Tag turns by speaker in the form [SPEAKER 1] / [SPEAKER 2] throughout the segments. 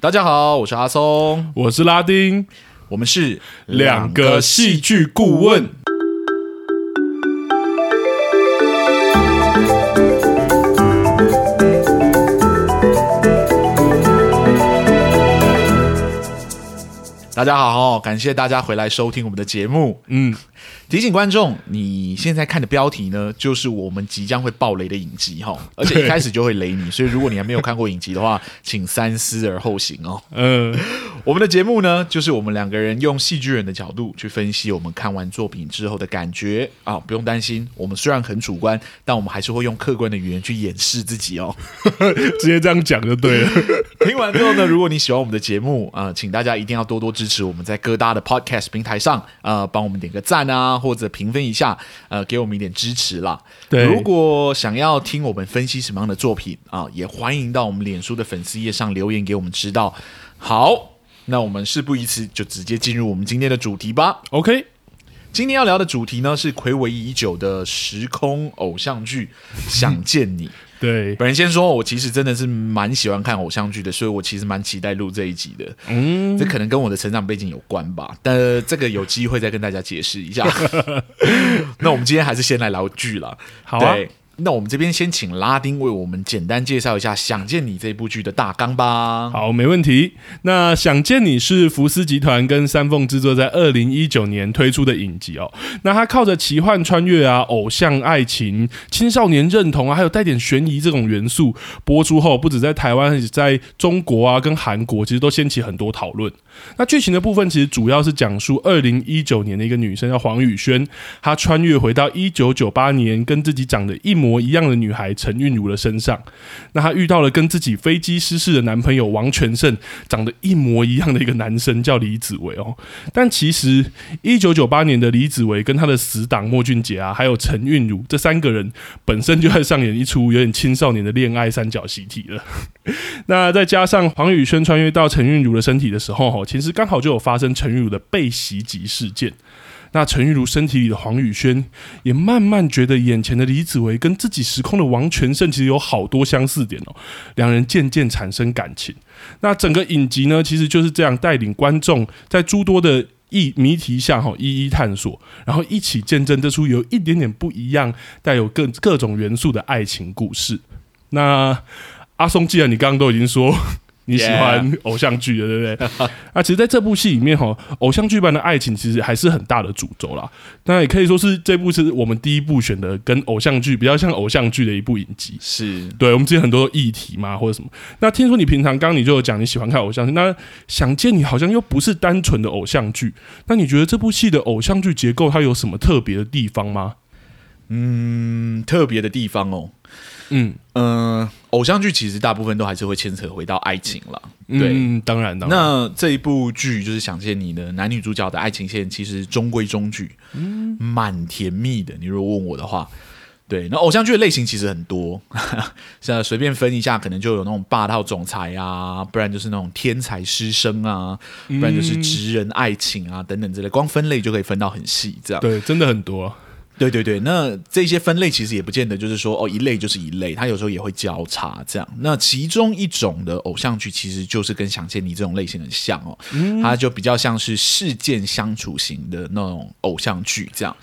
[SPEAKER 1] 大家好，我是阿松，
[SPEAKER 2] 我是拉丁，
[SPEAKER 1] 我们是
[SPEAKER 2] 两个戏剧顾问。
[SPEAKER 1] 大家好，感谢大家回来收听我们的节目。
[SPEAKER 2] 嗯，
[SPEAKER 1] 提醒观众，你现在看的标题呢，就是我们即将会爆雷的影集哈，而且一开始就会雷你，所以如果你还没有看过影集的话，请三思而后行哦。
[SPEAKER 2] 呃，
[SPEAKER 1] 我们的节目呢，就是我们两个人用戏剧人的角度去分析我们看完作品之后的感觉啊，不用担心，我们虽然很主观，但我们还是会用客观的语言去掩饰自己哦。
[SPEAKER 2] 直接这样讲就对 了。
[SPEAKER 1] 听完之后呢，如果你喜欢我们的节目啊、呃请大家一定要多多支持我们在各大的 podcast 平台上，呃，帮我们点个赞啊，或者评分一下，呃，给我们一点支持啦。
[SPEAKER 2] 对
[SPEAKER 1] 如果想要听我们分析什么样的作品啊、也欢迎到我们脸书的粉丝页上留言给我们知道。好，那我们事不宜迟，就直接进入我们今天的主题吧。
[SPEAKER 2] OK，
[SPEAKER 1] 今天要聊的主题呢是暌违已久的时空偶像剧《想见你》。
[SPEAKER 2] 对，
[SPEAKER 1] 本人先说，我其实真的是蛮喜欢看偶像剧的，所以我其实蛮期待录这一集的。嗯，这可能跟我的成长背景有关吧，但这个有机会再跟大家解释 一下。那我们今天还是先来聊剧了。
[SPEAKER 2] 好啊
[SPEAKER 1] 对，那我们这边先请拉丁为我们简单介绍一下《想见你》这部剧的大纲吧。
[SPEAKER 2] 好，没问题。那《想见你》是福斯集团跟三凤制作在二零一九年推出的影集哦。那它靠着奇幻穿越啊、偶像爱情、青少年认同啊，还有带点悬疑这种元素，播出后不止在台湾，而且在中国啊跟韩国，其实都掀起很多讨论。那剧情的部分其实主要是讲述二零一九年的一个女生叫黄宇轩，她穿越回到一九九八年，跟自己长得一模一样的女孩陈韵如的身上。那她遇到了跟自己飞机失事的男朋友王全胜长得一模一样的一个男生叫李子维哦。但其实一九九八年的李子维跟他的死党莫俊杰啊，还有陈韵如这三个人本身就在上演一出有点青少年的恋爱三角习题了。 那再加上黄宇轩穿越到陈韵如的身体的时候，哈，其实刚好就有发生陈韵如的被袭击事件。那陈韵如身体里的黄宇轩也慢慢觉得眼前的李子维跟自己时空的王全胜其实有好多相似点哦，两人渐渐产生感情。那整个影集呢，其实就是这样带领观众在诸多的议谜题下哈、一一探索，然后一起见证这出有一点点不一样、带有各各种元素的爱情故事。那阿松，既然你刚刚都已经说 你喜欢偶像剧了，对不对？ 啊，其实在这部戏里面哈，偶像剧般的爱情其实还是很大的主轴啦。那也可以说是这部是我们第一部选的跟偶像剧比较像偶像剧的一部影集。
[SPEAKER 1] 是
[SPEAKER 2] 对，我们之前很多议题嘛，或者什么。那听说你平常刚刚你就有讲你喜欢看偶像剧，那想见你好像又不是单纯的偶像剧，那你觉得这部戏的偶像剧结构它有什么特别的地方吗？
[SPEAKER 1] 嗯，特别的地方哦。
[SPEAKER 2] 嗯，
[SPEAKER 1] 嗯、偶像剧其实大部分都还是会牵扯回到爱情了。对
[SPEAKER 2] 嗯，当然当然，
[SPEAKER 1] 那这一部剧就是《想见你》的男女主角的爱情线，其实中规中矩，蛮甜蜜的。你如果问我的话，对，那偶像剧的类型其实很多， 像随便分一下，可能就有那种霸道总裁啊，不然就是那种天才师生啊，不然就是职人爱情啊等等之类，光分类就可以分到很细，这样。
[SPEAKER 2] 对，真的很多啊、
[SPEAKER 1] 对对对，那这些分类其实也不见得就是说哦一类就是一类，它有时候也会交叉这样。那其中一种的偶像剧其实就是跟《想见你》这种类型很像哦，它就比较像是事件相处型的那种偶像剧这样。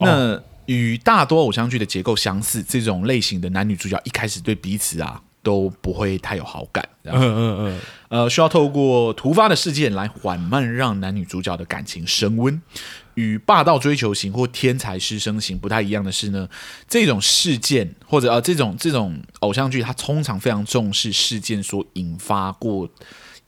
[SPEAKER 1] 那与大多偶像剧的结构相似，这种类型的男女主角一开始对彼此啊都不会太有好感，这样
[SPEAKER 2] 嗯嗯嗯，
[SPEAKER 1] 呃，需要透过突发的事件来缓慢让男女主角的感情升温。与霸道追求型或天才师生型不太一样的是呢，这种事件或者呃这种这种偶像剧，它通常非常重视事件所引发过、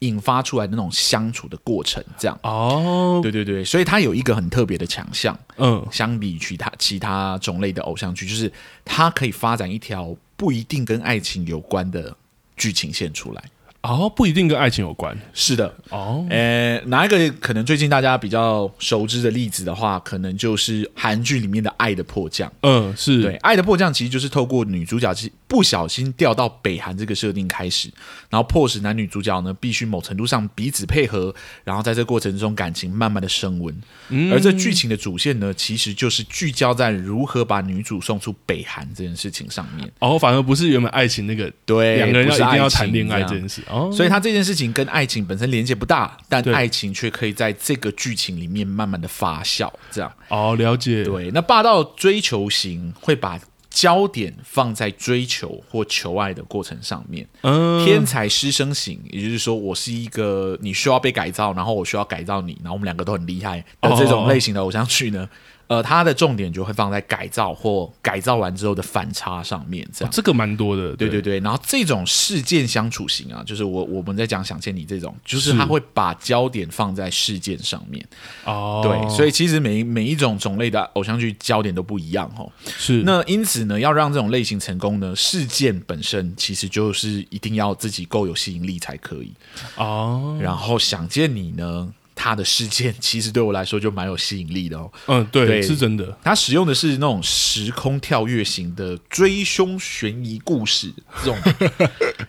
[SPEAKER 1] 引发出来的那种相处的过程。这样，
[SPEAKER 2] 哦，
[SPEAKER 1] 对对对，所以它有一个很特别的强项，
[SPEAKER 2] 嗯，
[SPEAKER 1] 相比其他其他种类的偶像剧，就是它可以发展一条不一定跟爱情有关的剧情线出来。
[SPEAKER 2] 哦，不一定跟爱情有关，
[SPEAKER 1] 是的，
[SPEAKER 2] 哦，
[SPEAKER 1] 呃，拿一个可能最近大家比较熟知的例子的话，可能就是韩剧里面的《爱的迫降》。
[SPEAKER 2] 嗯，是，
[SPEAKER 1] 对，《爱的迫降》其实就是透过女主角其不小心掉到北韩这个设定开始，然后迫使男女主角呢必须某程度上彼此配合，然后在这过程中感情慢慢的升温。
[SPEAKER 2] 嗯
[SPEAKER 1] 而这剧情的主线呢，其实就是聚焦在如何把女主送出北韩这件事情上面。
[SPEAKER 2] 哦，反而不是原本爱情那个
[SPEAKER 1] 对，
[SPEAKER 2] 两个人
[SPEAKER 1] 不
[SPEAKER 2] 要一
[SPEAKER 1] 是
[SPEAKER 2] 定要
[SPEAKER 1] 爱情
[SPEAKER 2] 谈恋爱
[SPEAKER 1] 这
[SPEAKER 2] 这
[SPEAKER 1] 样
[SPEAKER 2] 件事哦，
[SPEAKER 1] 所以他这件事情跟爱情本身连接不大，但
[SPEAKER 2] 对
[SPEAKER 1] 爱情却可以在这个剧情里面慢慢的发酵。这样
[SPEAKER 2] 哦了解，
[SPEAKER 1] 对，那霸道追求型会把焦点放在追求或求爱的过程上面，
[SPEAKER 2] 嗯，
[SPEAKER 1] 天才师生型，也就是说我是一个你需要被改造，然后我需要改造你，然后我们两个都很厉害的这
[SPEAKER 2] 哦
[SPEAKER 1] 种类型的偶像剧呢。呃，它的重点就会放在改造或改造完之后的反差上面，这样。
[SPEAKER 2] 这个蛮多的，
[SPEAKER 1] 对对对，然后这种事件相处型啊，就是我我们在讲想见你这种，就是他会把焦点放在事件上面。
[SPEAKER 2] 哦，
[SPEAKER 1] 对，所以其实每每一种种类的偶像剧焦点都不一样哦。
[SPEAKER 2] 是
[SPEAKER 1] 那因此呢，要让这种类型成功呢，事件本身其实就是一定要自己够有吸引力才可以。
[SPEAKER 2] 哦，
[SPEAKER 1] 然后想见你呢，它的事件其实对我来说就蛮有吸引力的哦。
[SPEAKER 2] 嗯，对，
[SPEAKER 1] 对
[SPEAKER 2] 是真的，
[SPEAKER 1] 它使用的是那种时空跳跃型的追凶悬疑故事，这种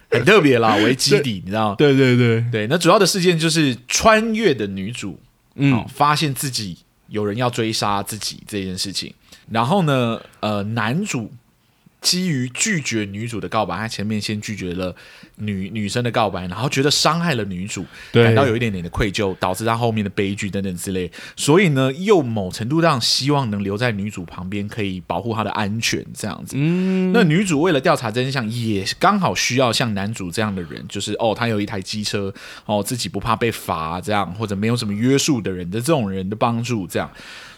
[SPEAKER 1] 很特别啦，为基底，你知道？
[SPEAKER 2] 对对对，
[SPEAKER 1] 对，那主要的事件就是穿越的女主，嗯、
[SPEAKER 2] 嗯，
[SPEAKER 1] 发现自己有人要追杀自己这件事情，然后呢，呃，男主。基于拒绝女主的告白，他前面先拒绝了女女生的告白，然后觉得伤害了女主，
[SPEAKER 2] 对
[SPEAKER 1] 感到有一点点的愧疚，导致他后面的悲剧等等之类。所以呢，又某程度上希望能留在女主旁边，可以保护她的安全，这样子。嗯，那女主为了调查真相，也刚好需要像男主这样的人，就是哦，他有一台机车，哦，自己不怕被罚，这样或者没有什么约束的人的这种人的帮助，这样。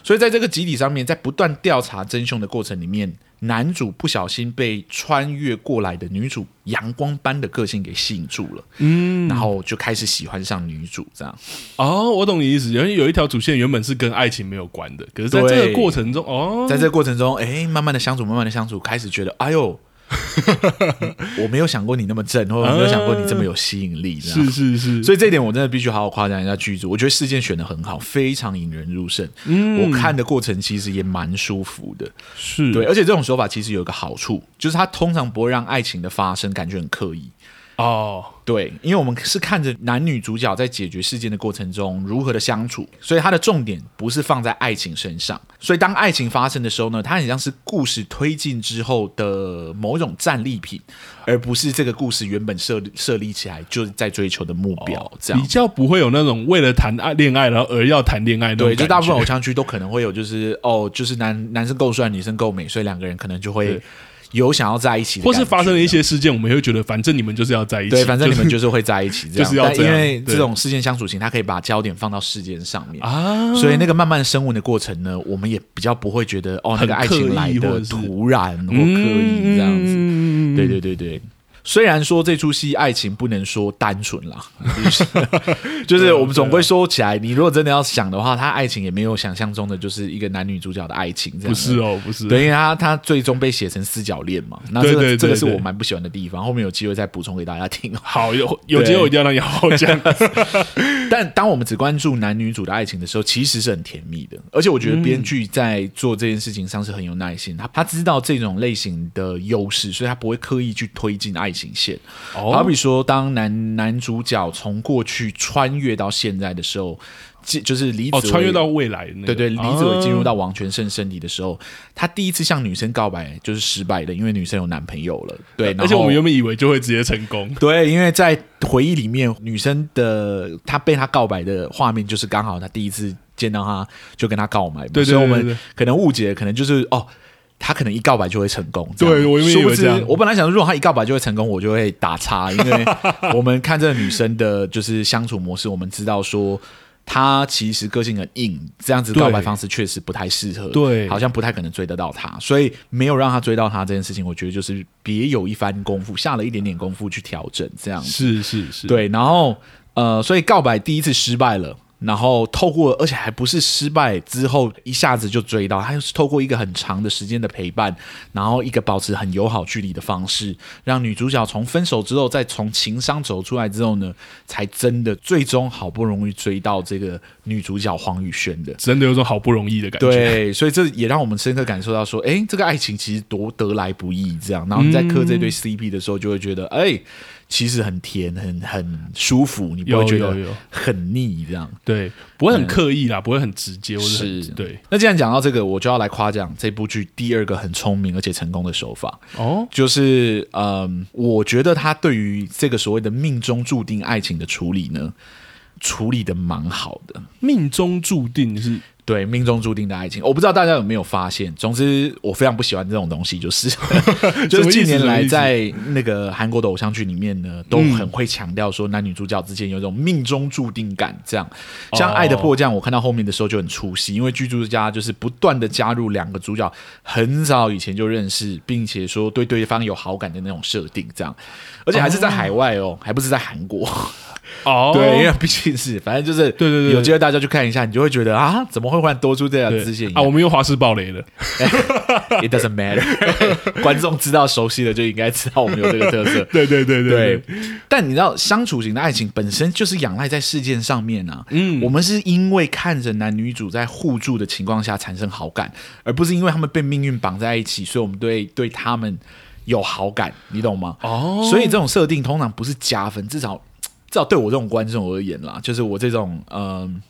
[SPEAKER 1] 所以在这个集体上面，在不断调查真凶的过程里面，男主不小心被穿越过来的女主阳光般的个性给吸引住了，嗯，然后就开始喜欢上女主，这样
[SPEAKER 2] 哦，我懂你意思，因为有一条主线原本是跟爱情没有关的，可是在
[SPEAKER 1] 对
[SPEAKER 2] 这个过程中，哦，
[SPEAKER 1] 在这个过程中，哎，慢慢的相处，慢慢的相处，开始觉得，哎呦， 我没有想过你那么正，或者我没有想过你这么有吸引力，这样
[SPEAKER 2] 是是是，
[SPEAKER 1] 所以这一点我真的必须好好夸奖一下剧组，我觉得事件选的很好，非常引人入胜。嗯，我看的过程其实也蛮舒服的。
[SPEAKER 2] 是
[SPEAKER 1] 对，而且这种手法其实有一个好处，就是它通常不会让爱情的发生感觉很刻意。
[SPEAKER 2] 哦，
[SPEAKER 1] 对，因为我们是看着男女主角在解决事件的过程中如何的相处，所以它的重点不是放在爱情身上。所以当爱情发生的时候呢，它很像是故事推进之后的某一种战利品，而不是这个故事原本设设立起来就是在追求的目标。这样
[SPEAKER 2] 比较不会有那种为了谈爱恋爱然后而要谈恋爱那种
[SPEAKER 1] 对，就大部分
[SPEAKER 2] 感
[SPEAKER 1] 偶
[SPEAKER 2] 觉
[SPEAKER 1] 像剧都可能会有，就是哦，就是男男生够帅，女生够美，所以两个人可能就会
[SPEAKER 2] 对
[SPEAKER 1] 有想要在一起的
[SPEAKER 2] 或
[SPEAKER 1] 感觉，
[SPEAKER 2] 是发生了一些事件，我们也会觉得反正你们就是要在一起，
[SPEAKER 1] 啊对，反正你们
[SPEAKER 2] 就
[SPEAKER 1] 就是会在一起这样。
[SPEAKER 2] 就是要
[SPEAKER 1] 但
[SPEAKER 2] 这
[SPEAKER 1] 因
[SPEAKER 2] 样
[SPEAKER 1] 为
[SPEAKER 2] 对
[SPEAKER 1] 这种事件相处型，它可以把焦点放到事件上面
[SPEAKER 2] 是。啊，
[SPEAKER 1] 所以那个慢慢升温的过程呢，我们也比较不会觉得哦，那
[SPEAKER 2] 很
[SPEAKER 1] 个爱
[SPEAKER 2] 刻
[SPEAKER 1] 情
[SPEAKER 2] 意
[SPEAKER 1] 来
[SPEAKER 2] 或
[SPEAKER 1] 的
[SPEAKER 2] 者是
[SPEAKER 1] 突然或刻
[SPEAKER 2] 嗯
[SPEAKER 1] 意这样子。
[SPEAKER 2] 子
[SPEAKER 1] 对对对对。虽然说这出戏爱情不能说单纯 啦，就是就是
[SPEAKER 2] 啊
[SPEAKER 1] 我们总归说起来，你如果真的要想的话，他爱情也没有想象中的就是一个男女主角的爱情这样。
[SPEAKER 2] 不是，哦，不是，
[SPEAKER 1] 对，因为他他最终被写成四角恋嘛，那这个
[SPEAKER 2] 对对对
[SPEAKER 1] 这个是
[SPEAKER 2] 对
[SPEAKER 1] 我蛮不喜欢的地方，后面有机会再补充给大家听哦。
[SPEAKER 2] 好有有
[SPEAKER 1] 对
[SPEAKER 2] 机会一定要让你好好 讲，
[SPEAKER 1] 但当我们只关注男女主的爱情的时候，其实是很甜蜜的。而且我觉得编剧在做这件事情上是很有耐心，他他知道这种类型的优势，所以他不会刻意去推进爱情线。
[SPEAKER 2] 哦
[SPEAKER 1] 好比说，当男男主角从过去穿越到现在的时候，即就是李子
[SPEAKER 2] 哦，
[SPEAKER 1] 维
[SPEAKER 2] 穿越到未来的那
[SPEAKER 1] 对
[SPEAKER 2] 个，哦
[SPEAKER 1] 对，李子维进入
[SPEAKER 2] 到
[SPEAKER 1] 到王全胜身体的时候，他第一次向女生告白就是失败的，因为女生有男朋友了。对，然后
[SPEAKER 2] 而且我们原本以为就会直接成功，
[SPEAKER 1] 对，因为在回忆里面，女生的她被他告白的画面，就是刚好她第一次见到他就跟他告白嘛，
[SPEAKER 2] 对对对
[SPEAKER 1] 所以我
[SPEAKER 2] 对
[SPEAKER 1] 们
[SPEAKER 2] 对
[SPEAKER 1] 可能误解，可能就是哦。他可能一告白就会成功，这样
[SPEAKER 2] 对我原本以为
[SPEAKER 1] 殊不知
[SPEAKER 2] 这样
[SPEAKER 1] 我本来想，如果他一告白就会成功，我就会打叉，因 为我们看这个女生的就是相处模式，我们知道说她其实个性很硬，这样子告白
[SPEAKER 2] 对
[SPEAKER 1] 方式确实不太适合，
[SPEAKER 2] 对
[SPEAKER 1] 好像不太可能追得到她，所以没有让她追到她这件事情，我觉得就是别有一番功夫，下了一点点功夫去调整这样子。
[SPEAKER 2] 是是是，
[SPEAKER 1] 对，然后呃，所以告白第一次失败了，然后透过，而且还不是失败之后一下子就追到，他是透过一个很长的时间的陪伴，然后一个保持很友好距离的方式，让女主角从分手之后，再从情伤走出来之后呢，才真的最终好不容易追到这个女主角黄宇轩的。
[SPEAKER 2] 真的有种好不容易的感觉。
[SPEAKER 1] 对，所以这也让我们深刻感受到说，哎，这个爱情其实多得来不易，这样。然后你在磕这对 CP 的时候，就会觉得，哎、其实很甜，很很舒服，你不会
[SPEAKER 2] 有
[SPEAKER 1] 觉
[SPEAKER 2] 有
[SPEAKER 1] 得
[SPEAKER 2] 有
[SPEAKER 1] 很腻这样。
[SPEAKER 2] 对，不会很刻意啦，不会很直接，或者很
[SPEAKER 1] 是
[SPEAKER 2] 对
[SPEAKER 1] 那既然讲到这个，我就要来夸奖这部剧第二个很聪明而且成功的手法，
[SPEAKER 2] 哦，
[SPEAKER 1] 就是嗯，我觉得他对于这个所谓的命中注定爱情的处理呢，处理的蛮好的。
[SPEAKER 2] 命中注定是
[SPEAKER 1] 对，命中注定的爱情，我不知道大家有没有发现。总之，我非常不喜欢这种东西，就是就是近年来在那个韩国的偶像剧里面呢，都很会强调说男女主角之间有一种命中注定感。这样，像《爱的迫降》，我看到后面的时候就很出戏，因为剧作家就是不断的加入两个主角很早以前就认识，并且说对对方有好感的那种设定，这样，而且还是在海外哦，还不是在韩国。
[SPEAKER 2] 哦，
[SPEAKER 1] 对，因为毕竟是，反正就是，
[SPEAKER 2] 对对对
[SPEAKER 1] 有机会大家去看一下，你就会觉得啊，怎么会忽然多出这样的支线
[SPEAKER 2] 啊，我们又华视爆雷了。
[SPEAKER 1] ？It doesn't matter，观众知道熟悉的就应该知道我们有这个特色。
[SPEAKER 2] 对对对
[SPEAKER 1] 对，但你知道相处型的爱情本身就是仰赖在事件上面啊。嗯，我们是因为看着男女主在互助的情况下产生好感，而不是因为他们被命运绑在一起，所以我们对对他们有好感，你懂吗？
[SPEAKER 2] 哦
[SPEAKER 1] 所以这种设定通常不是加分，至少至少对我这种观众而言啦，就是我这种嗯、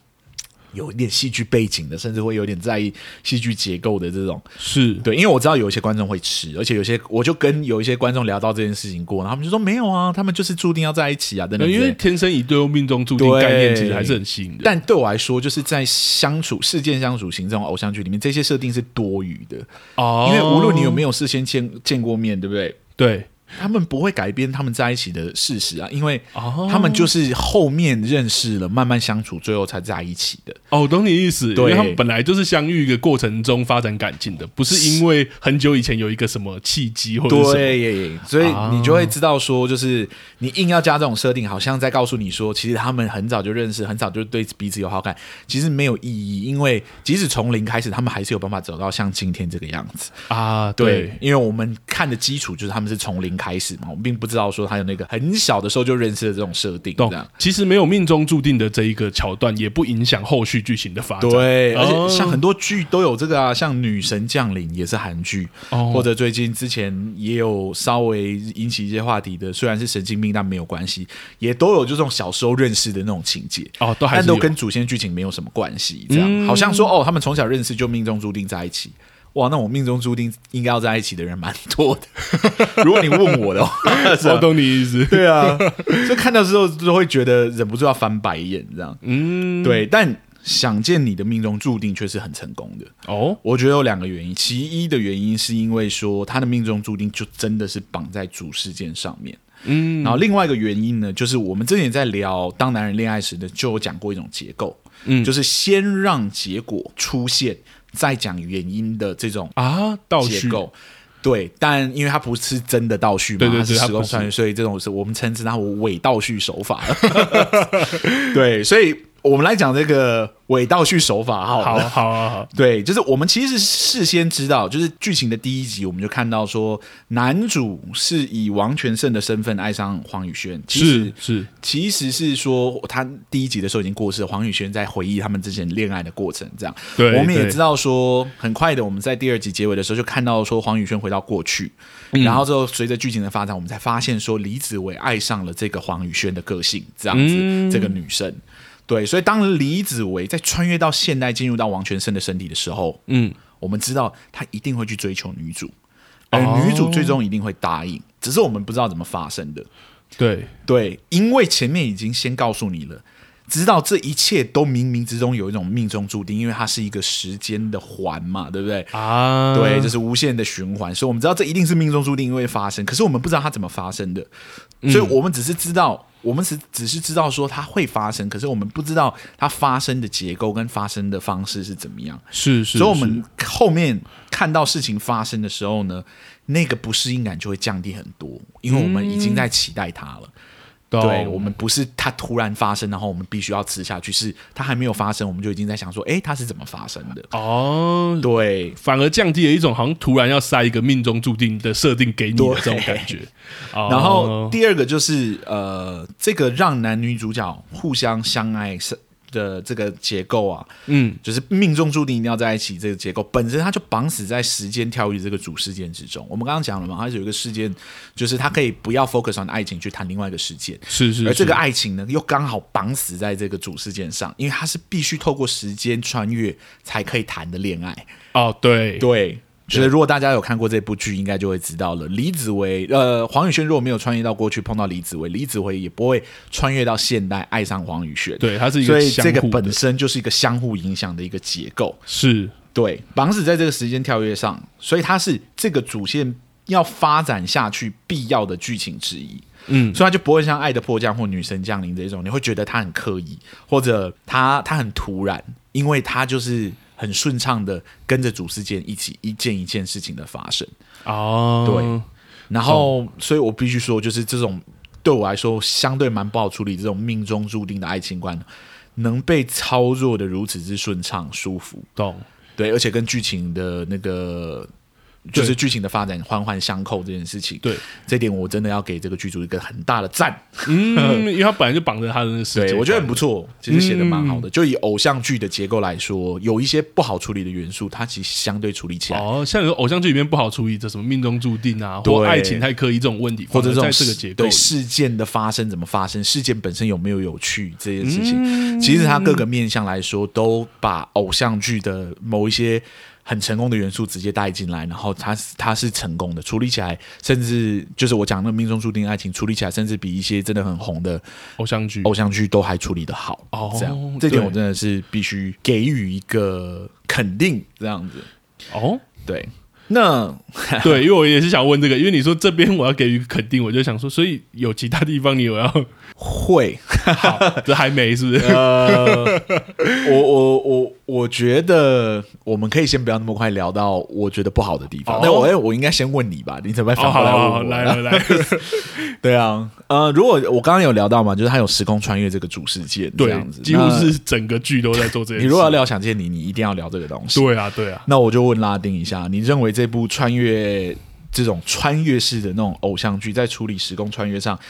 [SPEAKER 1] 有一点戏剧背景的，甚至会有点在意戏剧结构的这种，
[SPEAKER 2] 是
[SPEAKER 1] 对，因为我知道有一些观众会吃，而且有些我就跟有一些观众聊到这件事情过，然后他们就说没有啊，他们就是注定要在一起啊，等等之
[SPEAKER 2] 对，
[SPEAKER 1] 类
[SPEAKER 2] 因
[SPEAKER 1] 的。
[SPEAKER 2] 为天生一对又命中注定
[SPEAKER 1] 对
[SPEAKER 2] 概念其实还是很吸引人。
[SPEAKER 1] 但对我来说，就是在相处事件相处型这种偶像剧里面，这些设定是多余的，
[SPEAKER 2] 哦
[SPEAKER 1] 因为无论你有没
[SPEAKER 2] 有
[SPEAKER 1] 有事先见见过面，对不对？
[SPEAKER 2] 哦对
[SPEAKER 1] 他们不会改变他们在一起的事实啊，因为
[SPEAKER 2] 哦
[SPEAKER 1] 他们就是后面认识了，慢慢相处，最后才在一起的。
[SPEAKER 2] 哦，我懂你意思，因
[SPEAKER 1] 对
[SPEAKER 2] 为他们本来就是相遇的过程中发展感情的，不是因为很久以前有一个什么契机或者是什么。
[SPEAKER 1] 对，所以你就会知道说，就是你硬要加这种设定，好像在告诉你说，其实他们很早就认识，很早就对彼此有好感，其实没有意义，因为即使从零开始，他们还是有办法走到像今天这个样子。
[SPEAKER 2] 啊，
[SPEAKER 1] 对
[SPEAKER 2] 对，
[SPEAKER 1] 因为我们看的基础就是他们是从零开始嘛，我们并不知道说他有那个很小的时候就认识的这种设定，这
[SPEAKER 2] 懂
[SPEAKER 1] 样。。
[SPEAKER 2] 其实没有命中注定的这一个桥段，也不影响后续剧情的发展。
[SPEAKER 1] 对，啊而
[SPEAKER 2] 哦
[SPEAKER 1] 且像很多剧都有这个啊，像《女神降临》也是韩剧，
[SPEAKER 2] 哦
[SPEAKER 1] 或者最近之前也有稍微引起一些话题的，虽然是神经病，但没有关系，也都有这种小时候认识的那种情节。
[SPEAKER 2] 哦，都还
[SPEAKER 1] 但
[SPEAKER 2] 是
[SPEAKER 1] 都
[SPEAKER 2] 有嗯
[SPEAKER 1] 跟主线剧情没有什么关系，这样、好像说哦，他们从小认识就命中注定在一起。哇，那我命中注定应该要在一起的人 蛮多的。如果你问我的 话，是
[SPEAKER 2] 我
[SPEAKER 1] 啊
[SPEAKER 2] 懂你意思。
[SPEAKER 1] 对啊，所以看到之后就会觉得忍不住要翻白眼，这样。
[SPEAKER 2] 嗯，
[SPEAKER 1] 对，但想见你的命中注定却是很成功的。
[SPEAKER 2] 哦，
[SPEAKER 1] 我觉得有两个原因，其一的原因是因为说他的命中注定就真的是绑在主事件上面。
[SPEAKER 2] 嗯，
[SPEAKER 1] 然后另外一个原因呢，就是我们之前在聊《当男人恋爱时》的，就有讲过一种结构，
[SPEAKER 2] 嗯
[SPEAKER 1] 就是先让结果出现，再讲原因的这种
[SPEAKER 2] 啊，倒
[SPEAKER 1] 结
[SPEAKER 2] 叙
[SPEAKER 1] 构。对，但因为它不是真的倒叙嘛，
[SPEAKER 2] 对对对
[SPEAKER 1] 它是
[SPEAKER 2] 它
[SPEAKER 1] 时空
[SPEAKER 2] 不是
[SPEAKER 1] 穿越，所以这种是我们称之它为伪倒叙手法。 对，所以我们来讲这个伪倒叙手法好了，
[SPEAKER 2] 好好 好好，
[SPEAKER 1] 对，就是我们其实是事先知道，就是剧情的第一集我们就看到说，男主是以王全胜的身份爱上黄宇轩，其实
[SPEAKER 2] 是是，
[SPEAKER 1] 其实是说他第一集的时候已经过世了，黄宇轩在回忆他们之前恋爱的过程，这样。
[SPEAKER 2] 对
[SPEAKER 1] 我们也
[SPEAKER 2] 对
[SPEAKER 1] 知道说，很快的我们在第二集结尾的时候就看到说黄宇轩回到过去，
[SPEAKER 2] 嗯
[SPEAKER 1] 然后之后随着剧情的发展，我们才发现说李子维爱上了这个黄宇轩的个性，这样子、
[SPEAKER 2] 嗯
[SPEAKER 1] 这个女生。对，所以当李子维在穿越到现代，进入到王全胜的身体的时候，
[SPEAKER 2] 嗯，
[SPEAKER 1] 我们知道他一定会去追求女主，而
[SPEAKER 2] 哦
[SPEAKER 1] 女主最终一定会答应，只是我们不知道怎么发生的。
[SPEAKER 2] 对，
[SPEAKER 1] 对，因为前面已经先告诉你了，知道这一切都冥冥之中有一种命中注定，因为它是一个时间的环嘛，对不对？
[SPEAKER 2] 啊，
[SPEAKER 1] 对，就是无限的循环，所以我们知道这一定是命中注定会发生，可是我们不知道它怎么发生的，
[SPEAKER 2] 嗯
[SPEAKER 1] 所以我们只是知道，我们只只是知道说它会发生，可是我们不知道它发生的结构跟发生的方式是怎么样。
[SPEAKER 2] 是是，
[SPEAKER 1] 所以，我
[SPEAKER 2] 是
[SPEAKER 1] 们后面看到事情发生的时
[SPEAKER 2] 嗯
[SPEAKER 1] 候呢，那个不适应感就会降低很多，因为我们已经在期待它了。对
[SPEAKER 2] 懂
[SPEAKER 1] 我们不是它突然发生，然后我们必须要吃下去，是它还没有发生，我们就已经在想说，哎，它是怎么发生的？
[SPEAKER 2] 哦，
[SPEAKER 1] 对，
[SPEAKER 2] 反而降低了一种好像突然要塞一个命中注定的设定给你的
[SPEAKER 1] 对
[SPEAKER 2] 这种感觉。哦
[SPEAKER 1] 然后第二个就是呃，这个让男女主角互相相爱是的这个结构啊，
[SPEAKER 2] 嗯，
[SPEAKER 1] 就是命中注定一定要在一起这个结构本身，它就绑死在时间跳跃这个主事件之中。我们刚刚讲了嘛，它有一个事件，就是它可以不要 focus on 爱情去谈另外一个事件，
[SPEAKER 2] 是是，
[SPEAKER 1] 而这个
[SPEAKER 2] 是
[SPEAKER 1] 爱情呢，又刚好绑死在这个主事件上，因为它是必须透过时间穿越才可以谈的恋爱。
[SPEAKER 2] 哦，对，
[SPEAKER 1] 对。觉得如果大家有看过这部剧，应该就会知道了。李子维，呃，黄宇轩如果没有穿越到过去碰到李子维，李子维也不会穿越到现代爱上黄宇轩。，
[SPEAKER 2] 对，它是一
[SPEAKER 1] 所
[SPEAKER 2] 个
[SPEAKER 1] 以这
[SPEAKER 2] 相
[SPEAKER 1] 个
[SPEAKER 2] 互的
[SPEAKER 1] 本身就是一个相互影响的一个结构。
[SPEAKER 2] 是
[SPEAKER 1] 对，绑死在这个时间跳跃上，所以它是这个主线要发展下去必要的剧情之一。
[SPEAKER 2] 嗯
[SPEAKER 1] 所以它就不会像《爱的迫降》或《女神降临》这种，你会觉得它很刻意，或者它它很突然，因为它就是很顺畅的跟着主事件一起一件一件事情的发生。
[SPEAKER 2] 哦，
[SPEAKER 1] 对然后，所以我必须说，就是这种对我来说相对蛮不好处理这种命中注定的爱情观，能被操作的如此之顺畅舒服。
[SPEAKER 2] 懂。
[SPEAKER 1] 对，而且跟剧情的那个就是
[SPEAKER 2] 对
[SPEAKER 1] 剧情的发展环环相扣这件事情，
[SPEAKER 2] 对，
[SPEAKER 1] 这点我真的要给这个剧组一个很大的赞。
[SPEAKER 2] 嗯，因为它本来就绑着他的那个世界
[SPEAKER 1] 对
[SPEAKER 2] 观，
[SPEAKER 1] 我觉得很不错，其实写的蛮
[SPEAKER 2] 嗯
[SPEAKER 1] 好的。就以偶像剧的结构来说，有一些不好处理的元素，它其实相对处理起来，
[SPEAKER 2] 哦，像有偶像剧里面不好处理这什么命中注定啊，或
[SPEAKER 1] 对
[SPEAKER 2] 爱情太刻意这种问题，
[SPEAKER 1] 或者这
[SPEAKER 2] 反
[SPEAKER 1] 种
[SPEAKER 2] 而在这个
[SPEAKER 1] 事
[SPEAKER 2] 结构
[SPEAKER 1] 对
[SPEAKER 2] 里，
[SPEAKER 1] 事件的发生怎么发生，事件本身有没有有趣这件事情，
[SPEAKER 2] 嗯
[SPEAKER 1] 其实它各个面向来说，都把偶像剧的某一些很成功的元素直接带进来，然后它是它是成功的处理起来，甚至就是我讲那个命中注定爱情处理起来，甚至比一些真的很红的
[SPEAKER 2] 偶像剧
[SPEAKER 1] 偶像剧都还处理的好。
[SPEAKER 2] 哦
[SPEAKER 1] 这样这点
[SPEAKER 2] 对
[SPEAKER 1] 我真的是必须给予一个肯定，这样子
[SPEAKER 2] 哦，
[SPEAKER 1] 对。那
[SPEAKER 2] 对，因为我也是想问这个，因为你说这边我要给予肯定，我就想说，所以有其他地方你 有要
[SPEAKER 1] 会
[SPEAKER 2] 好，这还 没是不是？
[SPEAKER 1] 呃，我我我我觉得我们可以先不要那么快聊到我觉得不好的地方
[SPEAKER 2] 哦。
[SPEAKER 1] 那、我哎我我应该先问你吧，你怎么会反
[SPEAKER 2] 哦，
[SPEAKER 1] 过
[SPEAKER 2] 好
[SPEAKER 1] 来问
[SPEAKER 2] 好
[SPEAKER 1] 我
[SPEAKER 2] 好，
[SPEAKER 1] 呢？
[SPEAKER 2] 来来来，
[SPEAKER 1] 对啊，呃，如果我刚刚有聊到嘛，就是他有时空穿越这个主事件这
[SPEAKER 2] 对
[SPEAKER 1] 样，子，
[SPEAKER 2] 几乎是整个剧都在做这
[SPEAKER 1] 那
[SPEAKER 2] 件事。
[SPEAKER 1] 你如果要聊想见你，你一定要聊这个东西。
[SPEAKER 2] 对啊，对啊，
[SPEAKER 1] 那我就问拉丁一下，你认为这部穿越这种穿越式的那种偶像剧，在处理时空穿越上，《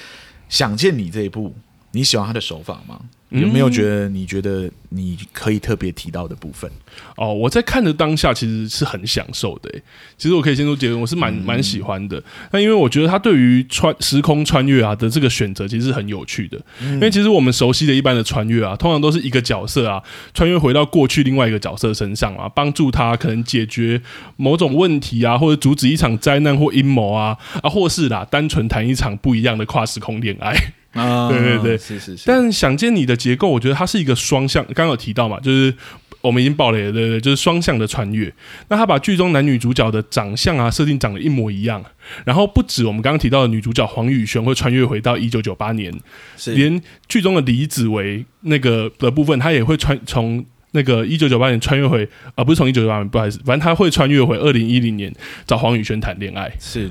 [SPEAKER 1] 想见你》这一部，你喜欢他的手法吗？
[SPEAKER 2] 嗯
[SPEAKER 1] 有没有觉得你觉得你可以特别提到的部分？
[SPEAKER 2] 哦，我在看的当下其实是很享受的欸。其实我可以先说结论，我是蛮蛮喜欢的。那因为我觉得他对于穿时空穿越啊的这个选择，其实是很有趣的。因为其实我们熟悉的一般的穿越啊，通常都是一个角色啊穿越回到过去另外一个角色身上啊，帮助他可能解决某种问题啊，或者阻止一场灾难或阴谋啊，啊，或是啦单纯谈一场不一样的跨时空恋爱。
[SPEAKER 1] 啊
[SPEAKER 2] 对对对
[SPEAKER 1] 是是是。
[SPEAKER 2] 但想见你的结构，我觉得它是一个双向，刚刚有提到嘛，就是。我们已经爆雷了，对不对？就是双向的穿越。那他把剧中男女主角的长相啊设定长得一模一样，然后不止我们刚刚提到的女主角黄宇轩会穿越回到一九九八年，
[SPEAKER 1] 是
[SPEAKER 2] 连剧中的李子维那个的部分，他也会穿从那个一九九八年穿越回啊、不是从一九九八年，不好意思，反正他会穿越回二零一零年找黄宇轩谈恋爱。
[SPEAKER 1] 是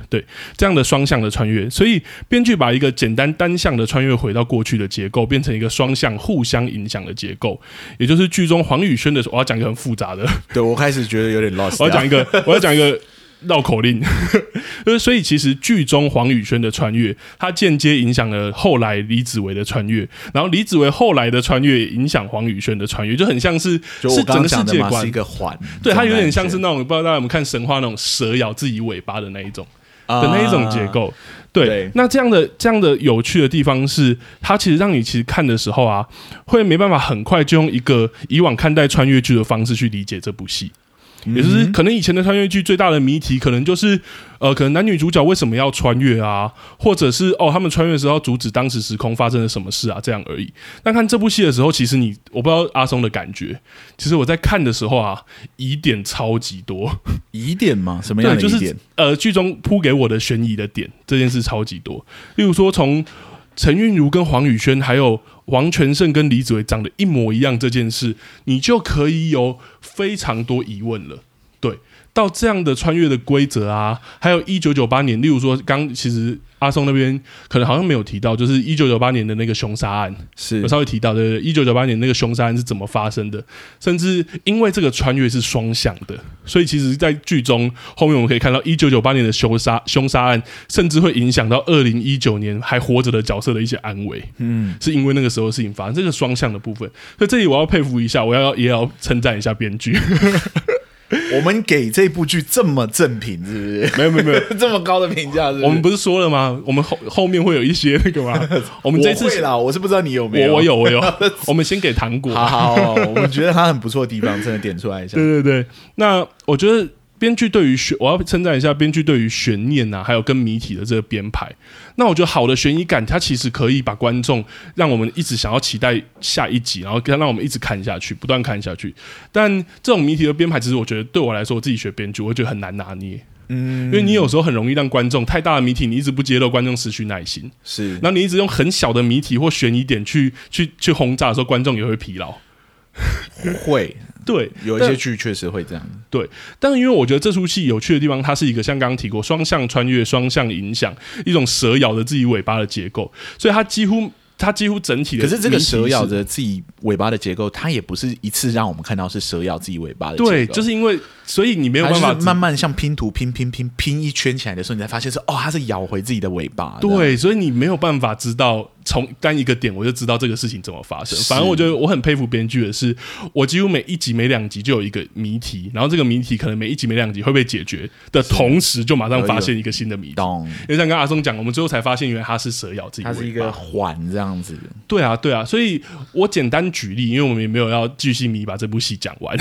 [SPEAKER 2] 这样的双向的穿越，所以编剧把一个简单单向的穿越回到过去的结构，变成一个双向互相影响的结构，也就是剧中黄宇轩的，我要讲一个很复杂的，
[SPEAKER 1] 对我开始觉得有点 lost 啊
[SPEAKER 2] 我要讲
[SPEAKER 1] 了
[SPEAKER 2] 一个，我要讲一个绕口令，就是所以其实剧中黄宇轩的穿越，他间接影响了后来李子维的穿越，然后李子维后来的穿越也影响黄宇轩的穿越，就很像是
[SPEAKER 1] 就是我刚
[SPEAKER 2] 整
[SPEAKER 1] 刚
[SPEAKER 2] 个世
[SPEAKER 1] 讲的
[SPEAKER 2] 界
[SPEAKER 1] 嘛，是一
[SPEAKER 2] 观。
[SPEAKER 1] 个环，
[SPEAKER 2] 对，它有点像
[SPEAKER 1] 这
[SPEAKER 2] 是
[SPEAKER 1] 种
[SPEAKER 2] 那种不知道大家有没有看神话那种蛇咬自己尾巴的那一种。
[SPEAKER 1] 感觉
[SPEAKER 2] 的那一种结。构。
[SPEAKER 1] 啊对
[SPEAKER 2] 对，那这样的这样的有趣的地方是，它其实让你其实看的时候啊，会没办法很快就用一个以往看待穿越剧的方式去理解这部戏。也就是可能以前的穿越剧最大的谜题，可能就是呃，可能男女主角为什么要穿越啊，或者是哦，他们穿越的时候要阻止当时时空发生了什么事啊，这样而已。但看这部戏的时候，其实你我不知道阿松的感觉，其实我在看的时候啊，疑点超级多。
[SPEAKER 1] 疑点吗？什么样的
[SPEAKER 2] 对，就
[SPEAKER 1] 疑
[SPEAKER 2] 是
[SPEAKER 1] 点？
[SPEAKER 2] 呃，剧中铺给我的悬疑的点，这件事超级多。例如说，从陈韵如跟黄宇轩，还有王全胜跟李子维长得一模一样这件事，你就可以有非常多疑问了。对，到这样的穿越的规则啊，还有一九九八年，例如说刚其实阿松那边可能好像没有提到，就是一九九八年的那个凶杀案，
[SPEAKER 1] 是
[SPEAKER 2] 有稍微提到，对对对，一九九八年那个凶杀案是怎么发生的，甚至因为这个穿越是双向的，所以其实，在剧中后面我们可以看到，一九九八年的凶杀凶杀案，甚至会影响到二零一九年还活着的角色的一些安危，
[SPEAKER 1] 嗯，
[SPEAKER 2] 是因为那个时候的事情发生，这个双向的部分，所以这里我要佩服一下，我要也要称赞一下编剧，
[SPEAKER 1] 我们给这部剧这么正评，是不是？
[SPEAKER 2] 没有没有没有。
[SPEAKER 1] 这么高的评价是不是？
[SPEAKER 2] 我们不是说了吗？我们后后面会有一些那个 吗？我们这
[SPEAKER 1] 我
[SPEAKER 2] 次
[SPEAKER 1] 会啦，我是不知道你有没有，
[SPEAKER 2] 我我。有我 有，我们先给糖 果。
[SPEAKER 1] 好好好，我们觉得它很不错的地方，真的点出来一下。
[SPEAKER 2] 对对对，那我觉得编剧对于悬，我要称赞一下编剧对于悬念啊，还有跟谜题的这个编排。那我觉得好的悬疑感，它其实可以把观众让我们一直想要期待下一集，然后让我们一直看下去，不断看下去。但这种谜题的编排，其实我觉得对我来说，我自己学编剧，我会觉得很难拿捏。嗯，因为你有时候很容易让观众太大的谜题，你一直不揭露，观众失去耐心。
[SPEAKER 1] 是
[SPEAKER 2] 然后你一直用很小的谜题或悬疑点去去去轰炸的时候，观众也会疲劳。
[SPEAKER 1] 会
[SPEAKER 2] 对，
[SPEAKER 1] 有一
[SPEAKER 2] 但
[SPEAKER 1] 些剧确实会这样。
[SPEAKER 2] 但因为我觉得这出戏有趣的地方，它是一个像刚刚提过双向穿越、双向影响，一种蛇咬着自己尾巴的结构，所以它几乎它几乎整体的
[SPEAKER 1] 可是这个蛇咬
[SPEAKER 2] 谜题
[SPEAKER 1] 着自己尾巴的结构，它也不是一次让我们看到是蛇咬自己尾巴的结
[SPEAKER 2] 是
[SPEAKER 1] 构，
[SPEAKER 2] 对，就是因为所以你没有
[SPEAKER 1] 它
[SPEAKER 2] 办
[SPEAKER 1] 就是
[SPEAKER 2] 法
[SPEAKER 1] 慢慢像拼图拼拼拼拼一圈起来的时候，你才发现是哦，它是咬回自己的尾巴。这样，
[SPEAKER 2] 对，所以你没有办法知道从单一个点我就知道这个事情怎么发生。
[SPEAKER 1] 是
[SPEAKER 2] 反正我觉得我很佩服编剧的是，我几乎每一集每两集就有一个谜题，然后这个谜题可能每一集每两集会被解决的同时，就马
[SPEAKER 1] 哎
[SPEAKER 2] 上发现一个新的谜题。
[SPEAKER 1] 懂，
[SPEAKER 2] 因为像跟阿松讲，我们最后才发现，原来他是蛇咬自己尾
[SPEAKER 1] 它
[SPEAKER 2] 巴，
[SPEAKER 1] 是一个环这样子。
[SPEAKER 2] 对啊，对啊，所以我简单举例，因为我们也没有要巨细迷把这部戏讲 完，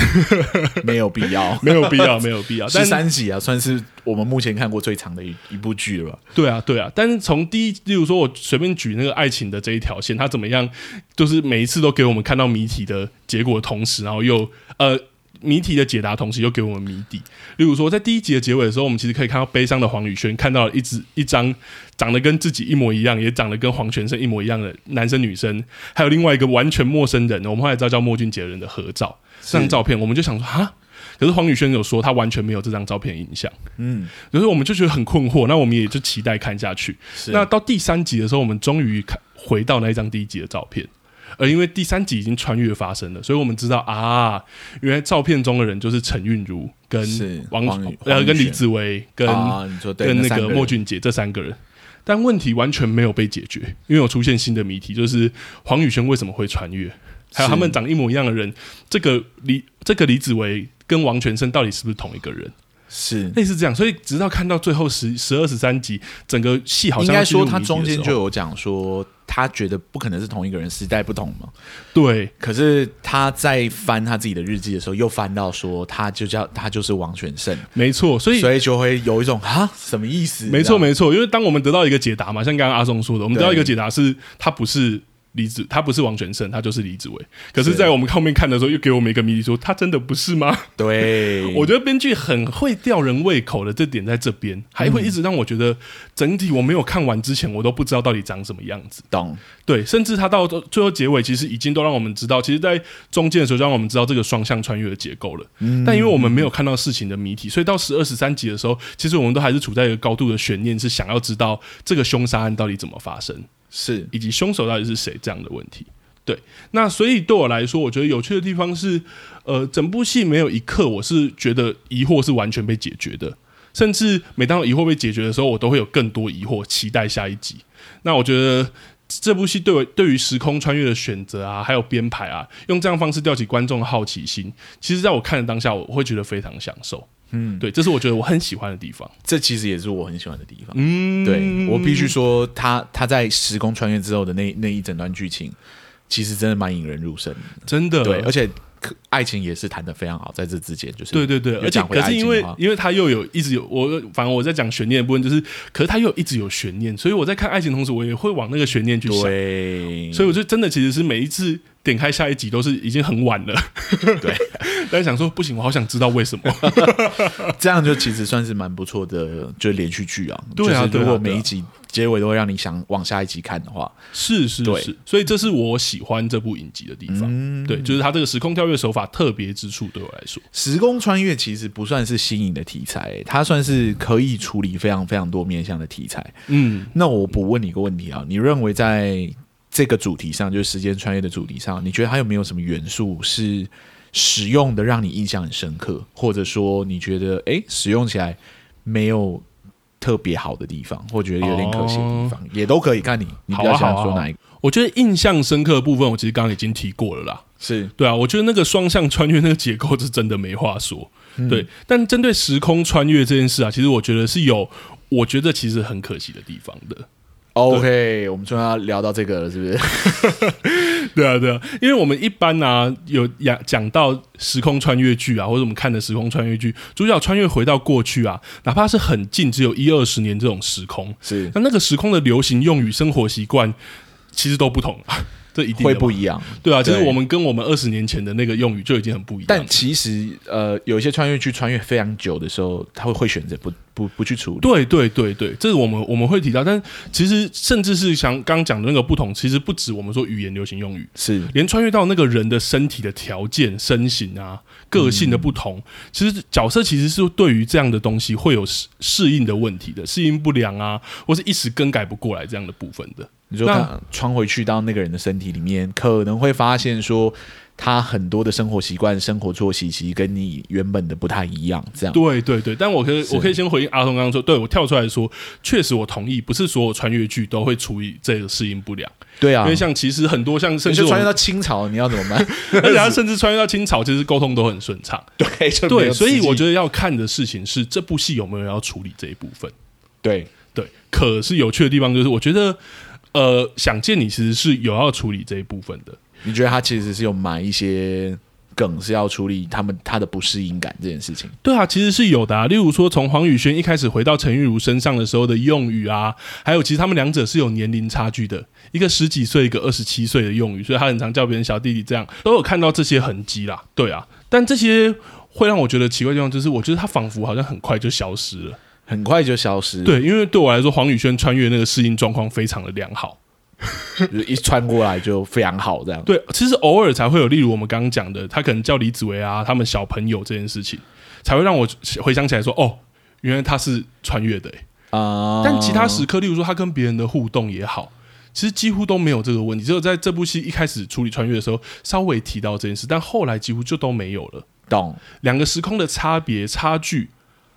[SPEAKER 1] 没有必要
[SPEAKER 2] 。没有必 要，没有必要。
[SPEAKER 1] 十
[SPEAKER 2] 但
[SPEAKER 1] 三集啊，算是我们目前看过最长的一一部剧了吧。
[SPEAKER 2] 对啊，对啊，但是从第一，例如说我随便举那个爱情的这一条线，它怎么样，就是每一次都给我们看到谜题的结果，同时，然后又呃。谜题的解答，同时又给我们谜底。例如说，在第一集的结尾的时候，我们其实可以看到悲伤的黄宇轩看到了一只一张长得跟自己一模一样，也长得跟黄全胜一模一样的男生女生，还有另外一个完全陌生人，我们后来知道叫莫俊杰的人的合照。这张照片，我们就想说啊，可是黄宇轩有说他完全没有这张照片的影响，
[SPEAKER 1] 嗯，
[SPEAKER 2] 可是我们就觉得很困惑，那我们也就期待看下去。
[SPEAKER 1] 是
[SPEAKER 2] 那到第三集的时候，我们终于看回到那一张第一集的照片，而因为第三集已经穿越发生了，所以我们知道啊，原来照片中的人就是陈韵如跟
[SPEAKER 1] 是
[SPEAKER 2] 王
[SPEAKER 1] 黄宇
[SPEAKER 2] 呃
[SPEAKER 1] 黄宇
[SPEAKER 2] 跟李
[SPEAKER 1] 轩
[SPEAKER 2] 子维跟、
[SPEAKER 1] 啊，你说对，
[SPEAKER 2] 跟那
[SPEAKER 1] 三
[SPEAKER 2] 个
[SPEAKER 1] 人
[SPEAKER 2] 莫俊杰这三个人。但问题完全没有被解决，因为有出现新的谜题，就是黄宇轩为什么会穿越，还有他们长一模一样的人，这个李这个李子维跟王全生到底是不是同一个人？
[SPEAKER 1] 是
[SPEAKER 2] 类似这样，所以直到看到最后十十二十三集，整个戏好
[SPEAKER 1] 应
[SPEAKER 2] 像
[SPEAKER 1] 该
[SPEAKER 2] 要进入
[SPEAKER 1] 说他
[SPEAKER 2] 谜题的
[SPEAKER 1] 中间
[SPEAKER 2] 时候
[SPEAKER 1] 就有讲说，他觉得不可能是同一个人，时代不同嘛。
[SPEAKER 2] 对
[SPEAKER 1] 可是他在翻他自己的日记的时候，又翻到说他就叫他就是王全胜，
[SPEAKER 2] 没错，所以
[SPEAKER 1] 所以就会有一种啊什么意思？
[SPEAKER 2] 没错
[SPEAKER 1] 这样
[SPEAKER 2] 没错，因为当我们得到一个解答嘛，像刚刚阿松说的，我们得到一个解答是他不是李子，他不是王全胜，他就是李子维。可是，
[SPEAKER 1] 是
[SPEAKER 2] 在我们后面看的时候，又给我们一个谜底说他真的不是吗？
[SPEAKER 1] 对，
[SPEAKER 2] 我觉得编剧很会吊人胃口的这点在这边，还会一直让我觉得整体我没有看完之前，我都不知道到底长什么样子。
[SPEAKER 1] 懂
[SPEAKER 2] 对，甚至他到最后结尾，其实已经都让我们知道，其实，在中间的时候，让我们知道这个双向穿越的结构了。但因为我们没有看到事情的谜题，所以到十二十三集的时候，其实我们都还是处在一个高度的悬念，是想要知道这个凶杀案到底怎么发生，
[SPEAKER 1] 是
[SPEAKER 2] 以及凶手到底是谁这样的问题。对，那所以对我来说，我觉得有趣的地方是，呃，整部戏没有一刻我是觉得疑惑是完全被解决的，甚至每当疑惑被解决的时候，我都会有更多疑惑，期待下一集。那我觉得这部戏对我对于时空穿越的选择啊，还有编排啊，用这样方式吊起观众的好奇心，其实在我看的当下，我会觉得非常享受。嗯，对，这是我觉得我很喜欢的地方。
[SPEAKER 1] 这其实也是我很喜欢的地方。
[SPEAKER 2] 嗯，
[SPEAKER 1] 对我必须说，他他在时空穿越之后的那那一整段剧情，其实真的蛮引人入胜的。
[SPEAKER 2] 真的
[SPEAKER 1] 对，而且可爱情也是谈的非常好，在这之间就是
[SPEAKER 2] 对对对，
[SPEAKER 1] 有
[SPEAKER 2] 而且
[SPEAKER 1] 讲回
[SPEAKER 2] 可
[SPEAKER 1] 爱
[SPEAKER 2] 是因
[SPEAKER 1] 情
[SPEAKER 2] 为
[SPEAKER 1] 的话
[SPEAKER 2] 因为他又有一直有我，反正我在讲悬念的部分，就是可是他又一直有悬念，所以我在看爱情的同时，我也会往那个悬念去想。
[SPEAKER 1] 对，
[SPEAKER 2] 所以我就真的其实是每一次点开下一集都是已经很晚了，
[SPEAKER 1] 对，
[SPEAKER 2] 但是想说不行，我好想知道为什 么。
[SPEAKER 1] 这样就其实算是蛮不错的，就是连续剧啊。
[SPEAKER 2] 对啊
[SPEAKER 1] 就是如
[SPEAKER 2] 对啊
[SPEAKER 1] 果
[SPEAKER 2] 对啊
[SPEAKER 1] 每一集结尾都会让你想往下一集看的话，
[SPEAKER 2] 是是
[SPEAKER 1] 对
[SPEAKER 2] 是，所以这是我喜欢这部影集的地方。对，就是它这个时空跳跃手法特别之处，对我来说，
[SPEAKER 1] 时空穿越其实不算是新颖的题材、它算是可以处理非常非常多面向的题材。
[SPEAKER 2] 嗯，
[SPEAKER 1] 那我不问你一个问题啊，你认为在这个主题上，就是时间穿越的主题上，你觉得它有没有什么元素是使用的让你印象很深刻，或者说你觉得诶使用起来没有特别好的地方，或觉得有点可惜的地方，也都可以看你，你比较
[SPEAKER 2] 哦好啊
[SPEAKER 1] 想
[SPEAKER 2] 好啊
[SPEAKER 1] 说哪一个？
[SPEAKER 2] 我觉得印象深刻的部分，我其实刚刚已经提过了啦。
[SPEAKER 1] 是
[SPEAKER 2] 对啊，我觉得那个双向穿越那个结构是真的没话说。
[SPEAKER 1] 嗯
[SPEAKER 2] 对，但针对时空穿越这件事啊，其实我觉得是有，我觉得其实很可惜的地方的。
[SPEAKER 1] 哦 OK，我们终于要聊到这个了，是不 是？
[SPEAKER 2] 对啊，对啊，因为我们一般啊有讲讲到时空穿越剧啊，或者我们看的时空穿越剧，主角穿越回到过去啊，哪怕是很近，只有一二十年这种时空，
[SPEAKER 1] 是
[SPEAKER 2] 那那个时空的流行用语、生活习惯，其实都不同啊，这一定的
[SPEAKER 1] 会
[SPEAKER 2] 嘛
[SPEAKER 1] 不一样。
[SPEAKER 2] 对啊，就是
[SPEAKER 1] 对
[SPEAKER 2] 我们跟我们二十年前的那个用语就已经很不一样了
[SPEAKER 1] 但。其实，呃，有一些穿越剧穿越非常久的时候，他会会选择不不不去处理。
[SPEAKER 2] 对对对对，这是我们我们会提到，但其实甚至是像刚刚讲的那个不同，其实不止我们说语言流行用语，
[SPEAKER 1] 是
[SPEAKER 2] 连穿越到那个人的身体的条件、身形啊、个性
[SPEAKER 1] 嗯
[SPEAKER 2] 的不同，其实角色其实是对于这样的东西会有适适应的问题的，适应不良啊，或是一时更改不过来这样的部分的。
[SPEAKER 1] 你就
[SPEAKER 2] 那
[SPEAKER 1] 看穿回去到那个人的身体里面，可能会发现说，他很多的生活习惯、生活作息其实跟你原本的不太一样。这样
[SPEAKER 2] 对对对，但我可以
[SPEAKER 1] 是
[SPEAKER 2] 我可以先回应阿童刚刚说，对我跳出来说，确实我同意，不是所有穿越剧都会处理这个适应不良，
[SPEAKER 1] 对啊，
[SPEAKER 2] 因为像其实很多像甚
[SPEAKER 1] 你
[SPEAKER 2] 至
[SPEAKER 1] 就
[SPEAKER 2] 我
[SPEAKER 1] 穿越
[SPEAKER 2] 们
[SPEAKER 1] 到清朝，你要怎么办？
[SPEAKER 2] 而且他甚至穿越到清朝，其实沟通都很顺畅。
[SPEAKER 1] 对，就没
[SPEAKER 2] 对，
[SPEAKER 1] 有
[SPEAKER 2] 所以
[SPEAKER 1] 刺激
[SPEAKER 2] 我觉得要看的事情是这部戏有没有要处理这一部分。
[SPEAKER 1] 对
[SPEAKER 2] 对，可是有趣的地方就是，我觉得呃，想见你其实是有要处理这一部分的。
[SPEAKER 1] 你觉得他其实是有埋一些梗，是要处理他们他的不适应感这件事情。
[SPEAKER 2] 对啊，其实是有的啊。例如说，从黄宇轩一开始回到陈韵如身上的时候的用语啊，还有其实他们两者是有年龄差距的，一个十几岁，一个二十七岁的用语，所以他很常叫别人小弟弟，这样都有看到这些痕迹啦。对啊，但这些会让我觉得奇怪的地方就是，我觉得他仿佛好像很快就消失了。
[SPEAKER 1] 很快就消失，，
[SPEAKER 2] 对，因为对我来说，黄宇轩穿越那个适应状况非常的良好。
[SPEAKER 1] 就是一穿过来就非常好，这样
[SPEAKER 2] 对，其实偶尔才会有，例如我们刚刚讲的，他可能叫李子维啊，他们小朋友这件事情，才会让我回想起来说，哦，原来他是穿越的、欸。
[SPEAKER 1] 啊。
[SPEAKER 2] 但其他时刻，例如说他跟别人的互动也好，其实几乎都没有这个问题。只有在这部戏一开始处理穿越的时候，稍微提到这件事，但后来几乎就都没有了。
[SPEAKER 1] 懂，
[SPEAKER 2] 两个时空的差别差距，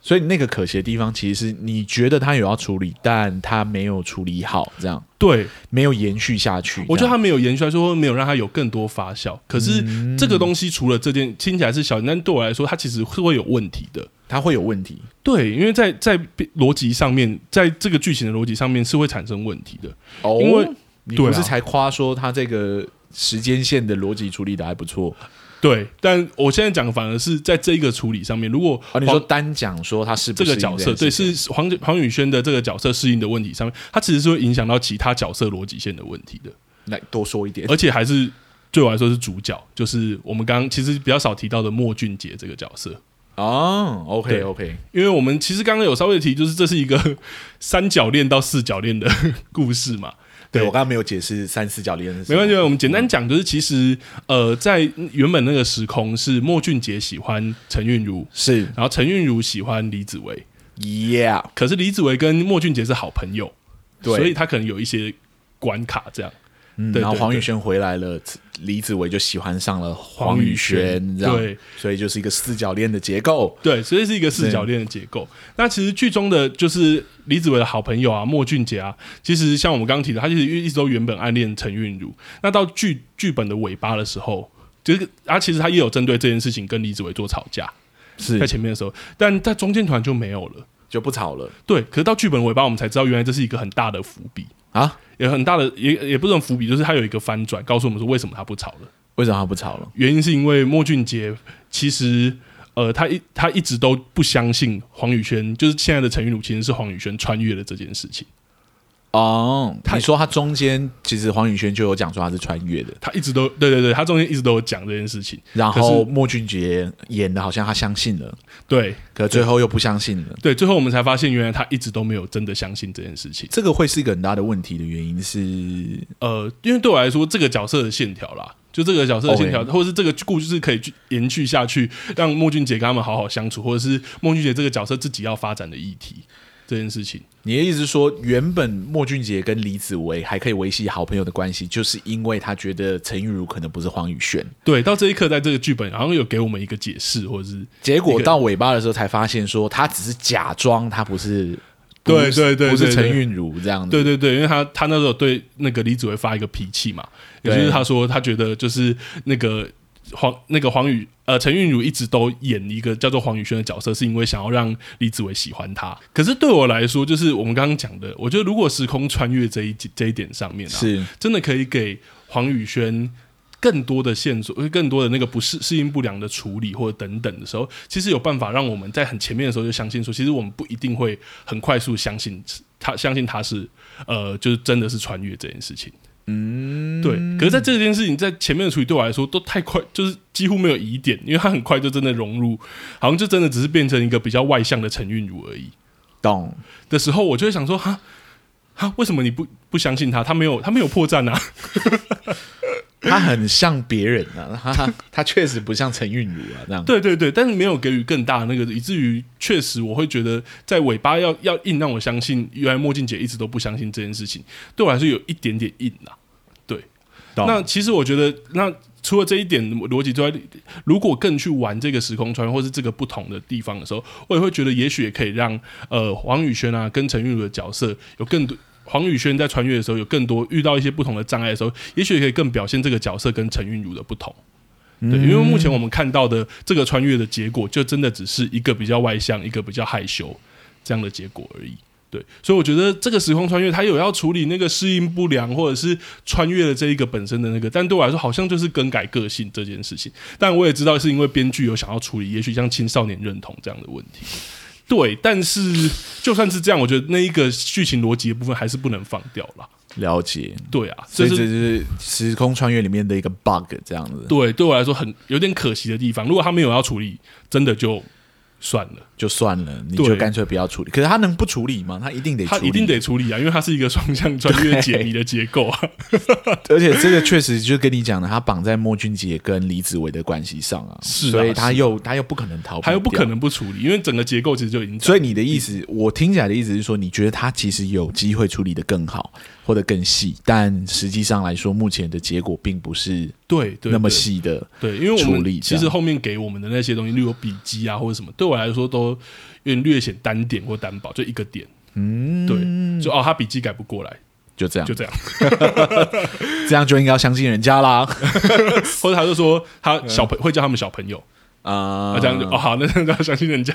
[SPEAKER 1] 所以那个可惜的地方，其实是你觉得他有要处理，但他没有处理好，这样
[SPEAKER 2] 对
[SPEAKER 1] 没有延续下去。
[SPEAKER 2] 我觉得
[SPEAKER 1] 这样
[SPEAKER 2] 他没有延续来说，没有让他有更多发酵。可是
[SPEAKER 1] 嗯
[SPEAKER 2] 这个东西除了这件听起来是小，但对我来说，它其实是会有问题的。
[SPEAKER 1] 他会有问题，
[SPEAKER 2] 对，因为在在逻辑上面，在这个剧情的逻辑上面是会产生问题的。
[SPEAKER 1] 哦
[SPEAKER 2] 因为
[SPEAKER 1] 你
[SPEAKER 2] 对啊
[SPEAKER 1] 不是才夸说他这个时间线的逻辑处理的还不错
[SPEAKER 2] 对，但我现在讲的反而是在这一个处理上面，如果
[SPEAKER 1] 啊？你说单讲说他是不
[SPEAKER 2] 这
[SPEAKER 1] 是
[SPEAKER 2] 个角色对是黄黄宇轩的这个角色适应的问题上面，它其实是会影响到其他角色逻辑线的问题的，
[SPEAKER 1] 来多说一点，
[SPEAKER 2] 而且还是对我来说是主角，就是我们刚刚其实比较少提到的莫俊杰这个角色。
[SPEAKER 1] 哦，OK
[SPEAKER 2] 对
[SPEAKER 1] OK，
[SPEAKER 2] 因为我们其实刚刚有稍微提，就是这是一个 三角恋到四角恋的故事嘛。
[SPEAKER 1] 对
[SPEAKER 2] 对
[SPEAKER 1] 我刚刚没有解释三四角恋是什
[SPEAKER 2] 没
[SPEAKER 1] 么，
[SPEAKER 2] 关系，我们简单讲，就是其实呃，在原本那个时空是莫俊杰喜欢陈韵如，
[SPEAKER 1] 是
[SPEAKER 2] 然后陈韵如喜欢李子维，
[SPEAKER 1] Yeah，
[SPEAKER 2] 可是李子维跟莫俊杰是好朋友，
[SPEAKER 1] 对
[SPEAKER 2] 所以他可能有一些关卡这样。
[SPEAKER 1] 嗯
[SPEAKER 2] 对
[SPEAKER 1] 然后
[SPEAKER 2] 对
[SPEAKER 1] 黄宇
[SPEAKER 2] 对
[SPEAKER 1] 轩回来了，李子维就喜欢上了
[SPEAKER 2] 黄
[SPEAKER 1] 黄
[SPEAKER 2] 宇
[SPEAKER 1] 宇轩，
[SPEAKER 2] 轩
[SPEAKER 1] 这样，
[SPEAKER 2] 对，
[SPEAKER 1] 所以就是一个四角恋的结构，
[SPEAKER 2] 对，所以是一个四角恋的结构。那其实剧中的就是李子维的好朋友啊，莫俊杰啊，其实像我们刚刚提的，他其实一直都原本暗恋陈韵如。那到剧剧本的尾巴的时候，就是啊，其实他也有针对这件事情跟李子维做吵架，
[SPEAKER 1] 是
[SPEAKER 2] 在前面的时候，但在中间团就没有了。
[SPEAKER 1] 就不吵了
[SPEAKER 2] 对，可是到剧本尾巴，我们才知道原来这是一个很大的伏笔，
[SPEAKER 1] 啊？
[SPEAKER 2] 也很大的，也也不是很伏笔，就是它有一个翻转，告诉我们说为什么他不吵了。
[SPEAKER 1] 为什么他不吵了？
[SPEAKER 2] 原因是因为莫俊杰其实呃，他一他一直都不相信黄宇轩，就是现在的陈韵如其实是黄宇轩穿越了这件事情。
[SPEAKER 1] 哦，你说他中间其实黄宇轩就有讲说他是穿越的，
[SPEAKER 2] 他一直都对对对，他中间一直都有讲这件事情。
[SPEAKER 1] 然
[SPEAKER 2] 可是
[SPEAKER 1] 后莫俊杰演的好像他相信了，
[SPEAKER 2] 对
[SPEAKER 1] 可最后又不相信了。
[SPEAKER 2] 对，最后我们才发现，原来他一直都没有真的相信这件事情。
[SPEAKER 1] 这个会是一个很大的问题的原因是，
[SPEAKER 2] 呃，因为对我来说，这个角色的线条啦，就这个角色的线条
[SPEAKER 1] OK
[SPEAKER 2] 或者是这个故事可以去延续下去，让莫俊杰跟他们好好相处，或者是莫俊杰这个角色自己要发展的议题这件事情。
[SPEAKER 1] 你的意思是说，原本莫俊杰跟李子维还可以维系好朋友的关系，就是因为他觉得陈玉茹可能不是黄宇轩，
[SPEAKER 2] 对，到这一刻，在这个剧本好像有给我们一个解释，或者是
[SPEAKER 1] 结
[SPEAKER 2] 一
[SPEAKER 1] 果
[SPEAKER 2] 个
[SPEAKER 1] 到尾巴的时候才发现说他只是假装他不是，
[SPEAKER 2] 对
[SPEAKER 1] 不是
[SPEAKER 2] 对对
[SPEAKER 1] 不是
[SPEAKER 2] 对
[SPEAKER 1] 陈
[SPEAKER 2] 对
[SPEAKER 1] 韵如这样子。
[SPEAKER 2] 对对对，因为他他那时候对那个李子维发一个脾气嘛，也就
[SPEAKER 1] 对
[SPEAKER 2] 是他说他觉得就是那个黄那个黄宇呃陈韵如一直都演一个叫做黄宇轩的角色，是因为想要让李子维喜欢他。可是对我来说，就是我们刚刚讲的，我觉得如果时空穿越这一这一点上面、啊，
[SPEAKER 1] 是
[SPEAKER 2] 真的可以给黄宇轩更多的线索，呃更多的那个不适适应不良的处理或者等等的时候，其实有办法让我们在很前面的时候就相信说，其实我们不一定会很快速相信他，相信他是呃，就是真的是穿越这件事情。嗯，对。可是，在这件事情在前面的处理对我来说都太快，就是几乎没有疑点，因为他很快就真的融入，好像就真的只是变成一个比较外向的陈韵如而已。
[SPEAKER 1] 懂。
[SPEAKER 2] 的时候，我就会想说，哈，哈，为什么你不不相信他？他没有，他没有破绽啊。
[SPEAKER 1] 他很像别人 啊，他他他确实不像陈韵如啊，这样
[SPEAKER 2] 对对对，但是没有给予更大的那个，以至于确实我会觉得，在尾巴要要硬让我相信，原来墨镜姐一直都不相信这件事情，对我来说有一点点硬啦。
[SPEAKER 1] 懂
[SPEAKER 2] 那其实我觉得，那除了这一点逻辑之外，如果更去玩这个时空穿越或是这个不同的地方的时候，我也会觉得，也许也可以让呃黄宇轩啊跟陈韵如的角色有更多。黄宇轩在穿越的时候，有更多遇到一些不同的障碍的时候，也许也可以更表现这个角色跟陈韵如的不同。对，因为
[SPEAKER 1] 嗯
[SPEAKER 2] 目前我们看到的这个穿越的结果，就真的只是一个比较外向，一个比较害羞这样的结果而已。对，所以我觉得这个时空穿越，它有要处理那个适应不良，或者是穿越了这一个本身的那个，但对我来说，好像就是更改个性这件事情。但我也知道，是因为编剧有想要处理，也许像青少年认同这样的问题。对，但是就算是这样，我觉得那一个剧情逻辑的部分还是不能放掉啦。
[SPEAKER 1] 了解。
[SPEAKER 2] 对啊，
[SPEAKER 1] 所
[SPEAKER 2] 这
[SPEAKER 1] 以这就是是时空穿越里面的一个 bug，这样子
[SPEAKER 2] 对对我来说很有点可惜的地方。如果他没有要处理，真的就算了。
[SPEAKER 1] 就算了，你
[SPEAKER 2] 对
[SPEAKER 1] 就干脆不要处理。可是他能不处理吗？他一定得处
[SPEAKER 2] 他
[SPEAKER 1] 理，
[SPEAKER 2] 一定得处理啊，因为它是一个双向穿越解谜的结构啊。
[SPEAKER 1] 而且这个确实就跟你讲的，他绑在莫俊杰跟李子维的关系上啊，
[SPEAKER 2] 是啊
[SPEAKER 1] 所以他又他又不可能逃避，
[SPEAKER 2] 他又不可。能不处理，因为整个结构其实就已经
[SPEAKER 1] 所以你的意思，我听起来的意思是说，你觉得他其实有机会处理的更好，或者更细，但实际上来说，目前的结果并不是
[SPEAKER 2] 对对
[SPEAKER 1] 那么
[SPEAKER 2] 对
[SPEAKER 1] 细的。
[SPEAKER 2] 对，因为我
[SPEAKER 1] 处
[SPEAKER 2] 们
[SPEAKER 1] 理这
[SPEAKER 2] 其
[SPEAKER 1] 样
[SPEAKER 2] 实后面给我们的那些东西，例如笔记啊或者什么，对我来说都有点略显单点或单薄，就一个点。嗯，对，就哦，他笔记改不过来，
[SPEAKER 1] 就这样
[SPEAKER 2] 就，这样。
[SPEAKER 1] 这样就应该要相信人家啦。
[SPEAKER 2] 或者他就说他小朋会叫他们小朋友，
[SPEAKER 1] 嗯啊、
[SPEAKER 2] 啊，这样就哦好，那 这样就要相信人家。